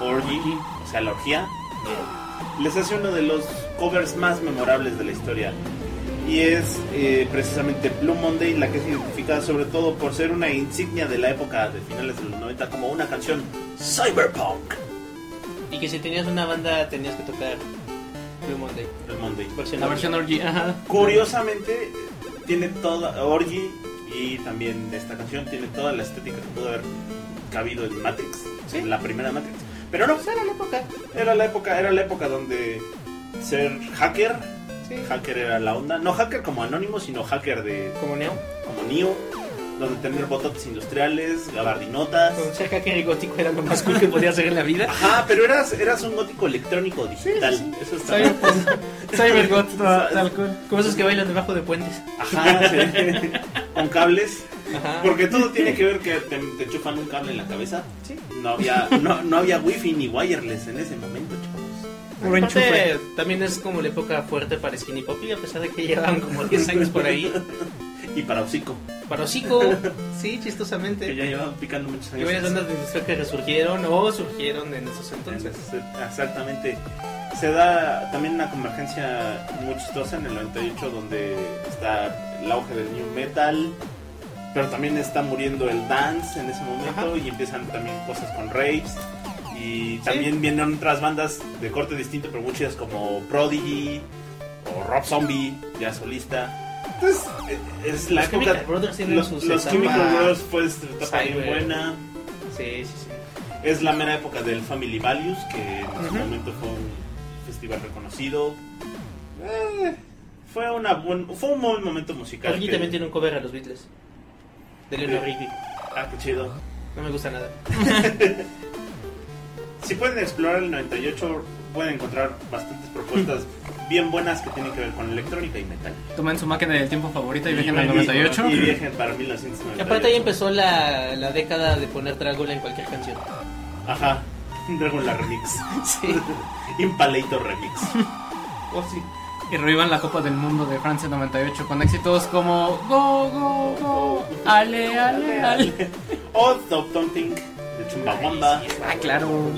[SPEAKER 2] Orgy, o sea, la orgía, eh, les hace uno de los covers más memorables de la historia. Y es eh, precisamente Blue Monday la que es identificada sobre todo por ser una insignia de la época de finales de los 90 como una canción cyberpunk.
[SPEAKER 4] Y que si tenías una banda tenías que tocar Blue Monday.
[SPEAKER 2] Blue Monday.
[SPEAKER 4] Versión
[SPEAKER 9] La versión orgy, ajá.
[SPEAKER 2] Curiosamente, tiene toda. Orgy y también esta canción tiene toda la estética que pudo haber cabido en Matrix,
[SPEAKER 4] Sí.
[SPEAKER 2] en la primera Matrix. Pero no,
[SPEAKER 4] Pues era la época.
[SPEAKER 2] era la época, era la época donde ser hacker,
[SPEAKER 4] Sí.
[SPEAKER 2] hacker era la onda. No hacker como anónimo, sino hacker de
[SPEAKER 4] Como Neo.
[SPEAKER 2] como Neo, donde tener botones industriales, gabardinotas.
[SPEAKER 4] Con ser hacker y gótico era lo más cool que podía hacer en la vida.
[SPEAKER 2] Ajá, pero eras, eras un gótico electrónico digital.
[SPEAKER 4] Sí,
[SPEAKER 2] Eso está.
[SPEAKER 9] Cyberpunk.
[SPEAKER 4] (laughs)
[SPEAKER 9] Cybergot, (laughs)
[SPEAKER 2] (laughs) Sa-
[SPEAKER 9] tal cual.
[SPEAKER 4] Como esos que bailan debajo de puentes.
[SPEAKER 2] Ajá, sí. Con cables.
[SPEAKER 4] Ajá.
[SPEAKER 2] Porque todo tiene que ver que te, te chufan un cable en la cabeza.
[SPEAKER 4] Sí.
[SPEAKER 2] No había, no, no había wifi ni wireless en ese momento, chavos.
[SPEAKER 9] Puro
[SPEAKER 4] Aparte,
[SPEAKER 9] enchufe.
[SPEAKER 4] también es como la época fuerte para Skinny Poppy, a pesar de que llevaban como 10 años por ahí.
[SPEAKER 2] Y para hocico.
[SPEAKER 4] Para Hocico, sí,
[SPEAKER 2] Que
[SPEAKER 4] chistosamente.
[SPEAKER 2] ya llevaban picando muchos
[SPEAKER 4] Y
[SPEAKER 2] años.
[SPEAKER 4] varias bandas de industria que resurgieron o surgieron en esos entonces.
[SPEAKER 2] Entonces, exactamente. Se da también una convergencia muy chistosa en el 98 donde está el auge del new metal, pero también está muriendo el dance en ese momento y empiezan también cosas con raves. Y también vienen otras bandas de corte distinto pero muy chidas como Prodigy o Rob Zombie, ya solista. Entonces, eh, es la
[SPEAKER 4] los Chemical
[SPEAKER 2] época...
[SPEAKER 4] Brothers tienen
[SPEAKER 2] Los,
[SPEAKER 4] sus
[SPEAKER 2] los
[SPEAKER 4] etapas.
[SPEAKER 2] Chemical Brothers fue su etapa bien
[SPEAKER 4] Cyber.
[SPEAKER 2] buena.
[SPEAKER 4] Sí, sí, sí.
[SPEAKER 2] Es la mera época del Family Values, que en su
[SPEAKER 4] Ujú.
[SPEAKER 2] momento fue un festival reconocido. Eh, fue, una buen, fue un buen momento musical.
[SPEAKER 4] Orgy
[SPEAKER 2] que-
[SPEAKER 4] también tiene un cover a los Beatles. De Leonard Rigby.
[SPEAKER 2] Ah, qué chido.
[SPEAKER 4] No me gusta nada.
[SPEAKER 2] Si pueden explorar el 98, pueden encontrar bastantes propuestas
[SPEAKER 4] Mm.
[SPEAKER 2] bien buenas que tienen que ver con electrónica y metal.
[SPEAKER 9] Tomen su máquina del tiempo favorita y viajen al
[SPEAKER 2] y-
[SPEAKER 9] 98.
[SPEAKER 2] Y viajen para 1998.
[SPEAKER 4] Y aparte ahí empezó la, la década de poner Drácula en cualquier canción.
[SPEAKER 2] Ajá. Regular Remix.
[SPEAKER 4] (laughs)
[SPEAKER 2] (laughs)
[SPEAKER 4] Sí.
[SPEAKER 2] Impalator Remix.
[SPEAKER 4] Oh, sí.
[SPEAKER 9] Y revivan la Copa del Mundo de Francia 98 con éxitos como Go, Go, Go, Ale, Ale, Ale.
[SPEAKER 2] O Top Don't Think de Chumbawamba.
[SPEAKER 9] Ah, claro.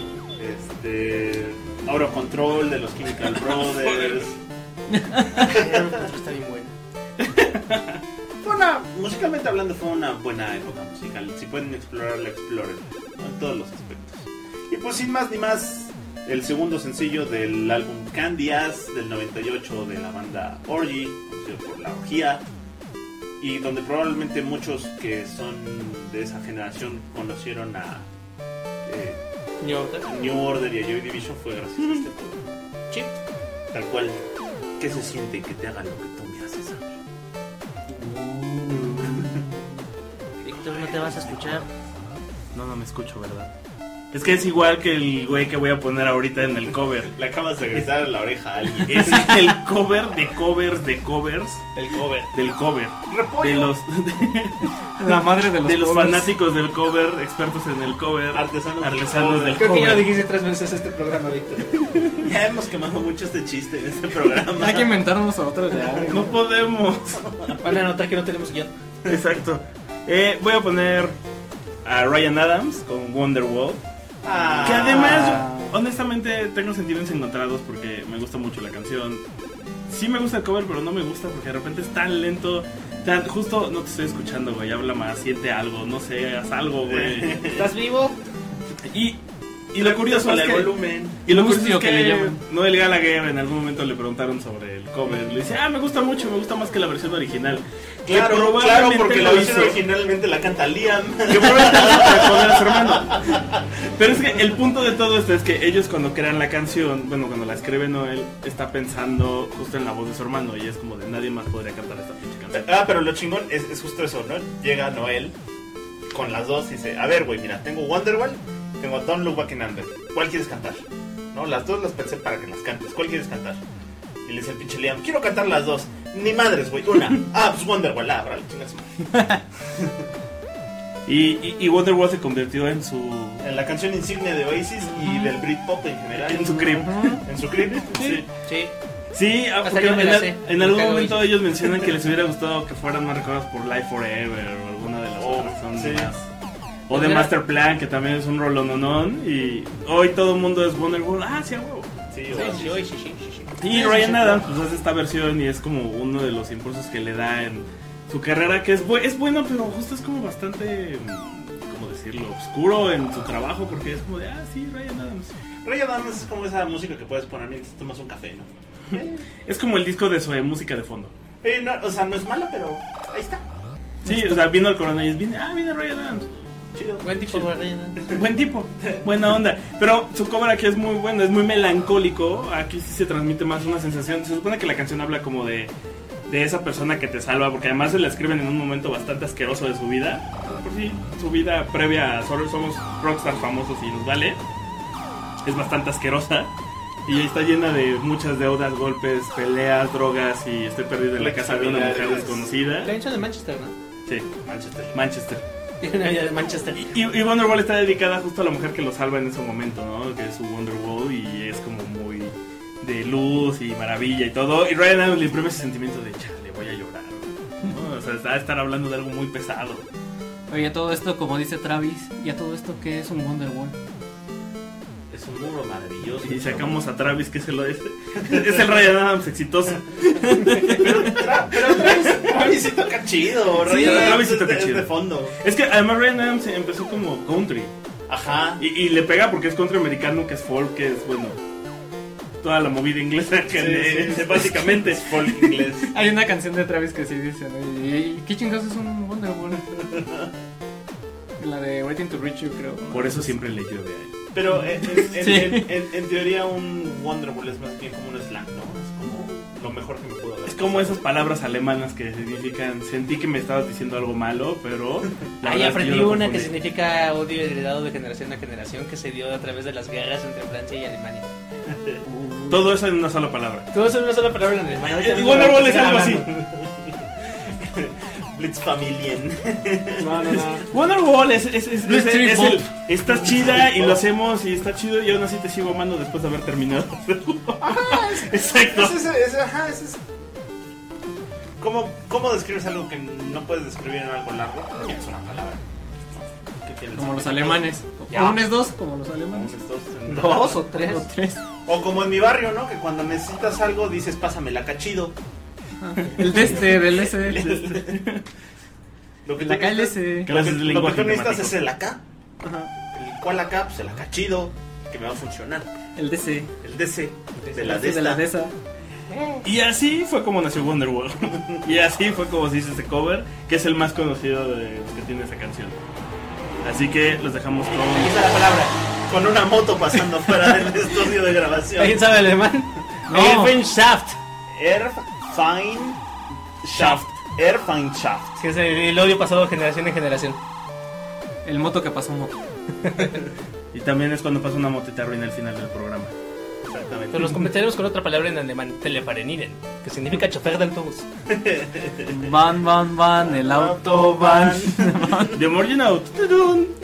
[SPEAKER 2] este Auro Control de los Chemical
[SPEAKER 9] (laughs)
[SPEAKER 2] Brothers.
[SPEAKER 4] Está bien bueno.
[SPEAKER 2] Fue una, musicalmente hablando, fue una buena época musical. Si pueden explorarla, exploren ¿no? en todos los aspectos. Y pues sin más ni más, el segundo sencillo del álbum Candy Ass del 98 de la banda Orgy, conocido por la orgía, y donde probablemente muchos que son de esa generación conocieron a eh,
[SPEAKER 4] New Order.
[SPEAKER 2] New Order y a Joy Division fue gracias a este todo.
[SPEAKER 4] Chip.
[SPEAKER 2] Tal cual, ¿qué se siente que te haga lo que tú me haces a mí?
[SPEAKER 4] Víctor, no te vas a escuchar.
[SPEAKER 5] No, no me escucho, ¿verdad? Es que es igual que el güey que voy a poner ahorita en el cover.
[SPEAKER 2] Le acabas de gritar en la oreja a alguien.
[SPEAKER 5] Es el cover de covers de covers
[SPEAKER 2] (laughs) El cover.
[SPEAKER 5] del cover. De los,
[SPEAKER 9] La madre de los,
[SPEAKER 5] de los
[SPEAKER 9] pobres.
[SPEAKER 5] fanáticos del cover, expertos en el cover,
[SPEAKER 2] Artesanos,
[SPEAKER 5] artesanos del
[SPEAKER 4] Creo que ya lo
[SPEAKER 5] cover.
[SPEAKER 4] dijiste tres veces este programa, Víctor.
[SPEAKER 2] Ya hemos quemado mucho este chiste en este programa.
[SPEAKER 9] Hay que inventarnos a otros ya.
[SPEAKER 5] No podemos.
[SPEAKER 4] Van a notar que no tenemos guión.
[SPEAKER 5] Exacto. Eh, voy a poner a Ryan Adams con Wonderwall.
[SPEAKER 2] Ah.
[SPEAKER 5] Que además, honestamente tengo sentimientos encontrados porque me gusta mucho la canción. Sí me gusta el cover, pero no me gusta porque de repente es tan lento. tan- justo no te estoy escuchando, güey. Habla más, siente algo, no sé, haz algo,
[SPEAKER 2] (laughs)
[SPEAKER 5] güey.
[SPEAKER 4] ¿Estás vivo?
[SPEAKER 5] Y, y lo curioso es
[SPEAKER 2] Con el
[SPEAKER 5] que...
[SPEAKER 2] volumen.
[SPEAKER 5] Y lo curioso
[SPEAKER 9] Angustio
[SPEAKER 5] es
[SPEAKER 9] que le
[SPEAKER 5] que
[SPEAKER 9] llaman.
[SPEAKER 5] Noel Gallagher en algún momento le preguntaron sobre el cover. Le dice, ah, me gusta mucho, me gusta más que la versión original. Que
[SPEAKER 2] Claro, claro,
[SPEAKER 5] probablemente
[SPEAKER 2] porque la
[SPEAKER 5] lo
[SPEAKER 2] versión
[SPEAKER 5] hizo.
[SPEAKER 2] originalmente la canta Liam.
[SPEAKER 5] Que probablemente lo hizo para poner a su hermano. (laughs) Pero es que el punto de todo esto es que ellos cuando crean la canción, bueno, cuando la escribe Noel, está pensando justo en la voz de su hermano y es como de nadie más podría cantar esta pinche canción.
[SPEAKER 2] Ah, pero lo chingón es, es justo eso, ¿no? Llega Noel con las dos y dice, a ver, güey, mira, tengo Wonderwall, tengo Don't Look Back in Under. ¿Cuál quieres cantar? No, las dos las pensé para que las cantes. ¿Cuál quieres cantar? Y le dice el pinche Liam, quiero cantar las dos. Ni madres, güey, una. Ah, pues Wonderwall, ah, órale, chingas.
[SPEAKER 5] Y, y, y Wonderwall se convirtió en su...
[SPEAKER 2] En la canción insignia de Oasis y del Britpop en general.
[SPEAKER 5] en su creep.
[SPEAKER 2] En su clip, sí.
[SPEAKER 4] Sí.
[SPEAKER 5] Sí, ah,
[SPEAKER 4] Hasta
[SPEAKER 5] porque
[SPEAKER 4] yo me
[SPEAKER 5] en,
[SPEAKER 4] la
[SPEAKER 5] al-
[SPEAKER 4] sé.
[SPEAKER 5] en algún
[SPEAKER 4] Nunca lo
[SPEAKER 5] momento ellos mencionan que les
[SPEAKER 4] (laughs)
[SPEAKER 5] hubiera gustado que fueran más recordados por Life Forever o alguna de las
[SPEAKER 2] Oh,
[SPEAKER 5] otras son
[SPEAKER 2] sí.
[SPEAKER 5] más. O de
[SPEAKER 4] Mira.
[SPEAKER 5] Master Plan, que también es un rolononón. Y hoy todo el mundo es Wonderwall. Ah, sí, a huevo.
[SPEAKER 2] Sí,
[SPEAKER 4] Sí,
[SPEAKER 2] Oasis.
[SPEAKER 4] sí, sí, sí, sí, sí.
[SPEAKER 5] Y Ryan Adams pues, hace esta versión y es como uno de los impulsos que le da en su carrera, que es, bu- es bueno, pero justo es como bastante, mm, ¿cómo decirlo?, oscuro en su trabajo, porque es como de, ah, sí, Ryan Adams.
[SPEAKER 2] Ray Adams es como esa música que puedes poner mientras tomas un café, ¿no?
[SPEAKER 5] Es como el disco de su eh, música de fondo.
[SPEAKER 2] Eh, no, o sea, no es mala, pero ahí está.
[SPEAKER 5] Sí, o sea, vino el corona y es, viene, ah, viene Ryan Adams.
[SPEAKER 2] Chido.
[SPEAKER 4] Buen tipo, Barrena.
[SPEAKER 5] Buen tipo, (laughs) buena onda. Pero su cover aquí es muy bueno, es muy melancólico. Aquí sí se transmite más una sensación. Se supone que la canción habla como de, de esa persona que te salva, porque además se la escriben en un momento bastante asqueroso de su vida. Por si su vida previa a solo somos rockstars famosos y nos vale, es bastante asquerosa. Y está llena de muchas deudas, golpes, peleas, drogas y estoy perdido en la casa de una mujer desconocida.
[SPEAKER 4] La hincha de Manchester, (laughs) ¿no?
[SPEAKER 5] Sí,
[SPEAKER 2] Manchester.
[SPEAKER 5] Manchester.
[SPEAKER 4] Tiene una vida de Manchester.
[SPEAKER 5] Y, y Wonderwall está dedicada justo a la mujer que lo salva en ese momento, ¿no? Que es su Wonderwall y es como muy de luz y maravilla y todo. Y Ryan Adams le imprime ese sentimiento de, chale, voy a llorar. ¿no? O sea, está estar hablando de algo muy pesado.
[SPEAKER 9] Oye, a todo esto, como dice Travis, y a todo esto que es un Wonderwall.
[SPEAKER 2] Es un muro maravilloso.
[SPEAKER 5] Y sacamos a Travis, que se lo es. (laughs) Es el Ryan Adams exitoso.
[SPEAKER 2] Tra- Pero
[SPEAKER 5] (laughs)
[SPEAKER 2] Travis, Travis sí toca chido, Ray
[SPEAKER 5] pero
[SPEAKER 2] Adams
[SPEAKER 5] Travis sí
[SPEAKER 2] es
[SPEAKER 5] toca
[SPEAKER 2] de- es
[SPEAKER 5] chido.
[SPEAKER 2] de fondo.
[SPEAKER 5] Es que además Ryan Adams empezó como country.
[SPEAKER 2] Ajá.
[SPEAKER 5] Y, y le pega porque es country americano, que es folk, que es, bueno, toda la movida inglesa, que eh,
[SPEAKER 2] Sí, sí, sí.
[SPEAKER 5] básicamente
[SPEAKER 2] Es folk inglés.
[SPEAKER 9] Hay una canción de Travis que sí dice, ¿no? Y- y- ¿Qué chingados es un Wonderwall? La de Waiting to Reach You, creo. ¿no?
[SPEAKER 5] Por eso siempre le llueve a él.
[SPEAKER 2] Pero en, en- en-
[SPEAKER 9] Sí.
[SPEAKER 2] en- en- en teoría un Wonderwall es más bien como un slang, ¿no? Es como lo mejor que me pudo haber.
[SPEAKER 5] Es como esas palabras alemanas que significan sentí que me estabas diciendo algo malo, pero
[SPEAKER 4] (laughs)
[SPEAKER 5] la
[SPEAKER 4] Ahí
[SPEAKER 5] verdad es
[SPEAKER 4] aprendí
[SPEAKER 5] yo lo
[SPEAKER 4] una que
[SPEAKER 5] confundí.
[SPEAKER 4] significa odio heredado de generación a generación que se dio a través de las guerras entre Francia y Alemania.
[SPEAKER 5] todo eso en una sola palabra.
[SPEAKER 4] Todo eso en una sola palabra en alemán.
[SPEAKER 5] Eh, Igual árbol es algo así.
[SPEAKER 2] Blitzfamilien.
[SPEAKER 3] No, no, no.
[SPEAKER 5] Wonderwall es, es, es,
[SPEAKER 9] Blue
[SPEAKER 5] es-
[SPEAKER 9] Street
[SPEAKER 5] es el-
[SPEAKER 9] Bop.
[SPEAKER 5] estás chida y lo hacemos y está chido y aún así te sigo amando después de haber (laughs) terminado. Exacto.
[SPEAKER 2] Es ese, es, ajá, es ese. (laughs) ¿Cómo, ¿Cómo describes algo que no puedes describir en algo largo? Es una palabra. ¿Qué tienes?
[SPEAKER 9] Como los alemanes.
[SPEAKER 2] Ya.
[SPEAKER 9] O un es dos, como los alemanes.
[SPEAKER 4] Dos o tres.
[SPEAKER 9] O tres.
[SPEAKER 2] O como en mi barrio, ¿no? Que cuando necesitas algo dices, pásame la cachido.
[SPEAKER 9] El de este, del ese.
[SPEAKER 2] Lo que
[SPEAKER 9] La KLS.
[SPEAKER 2] tú necesitas- Lo que,
[SPEAKER 5] Clases de
[SPEAKER 2] lo que
[SPEAKER 5] lenguaje
[SPEAKER 2] tú necesitas
[SPEAKER 5] matemático.
[SPEAKER 2] es el acá.
[SPEAKER 9] Ajá.
[SPEAKER 2] El cual acá, pues el acá chido, que me va a funcionar.
[SPEAKER 9] El DC.
[SPEAKER 2] El DC, de la
[SPEAKER 9] El DC
[SPEAKER 2] DC.
[SPEAKER 9] de la DESA.
[SPEAKER 5] Y así fue como nació Wonderwall. (laughs) Y así fue como se hizo este cover, que es el más conocido de los que tiene esa canción. Así que los dejamos con...
[SPEAKER 2] Aquí está la palabra. Con una moto pasando fuera
[SPEAKER 9] (laughs)
[SPEAKER 2] del estudio de grabación.
[SPEAKER 4] ¿Alguien sabe alemán?
[SPEAKER 9] No.
[SPEAKER 4] Elfenschaft.
[SPEAKER 2] Erfein Shaft. Erfein Shaft.
[SPEAKER 4] Sí, es el, el odio pasado de generación en generación.
[SPEAKER 9] El moto que pasó moto.
[SPEAKER 5] Y también es cuando pasa una moto y te arruina el final del programa.
[SPEAKER 4] Pero los completaremos con otra palabra en alemán, Telefahreninnen, que significa chofer de autobús.
[SPEAKER 9] Van, van, van, el auto van.
[SPEAKER 5] De Morgan Out.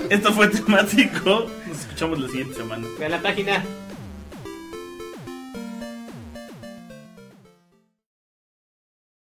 [SPEAKER 5] Esto fue temático. Nos escuchamos la siguiente semana.
[SPEAKER 4] Vean la página.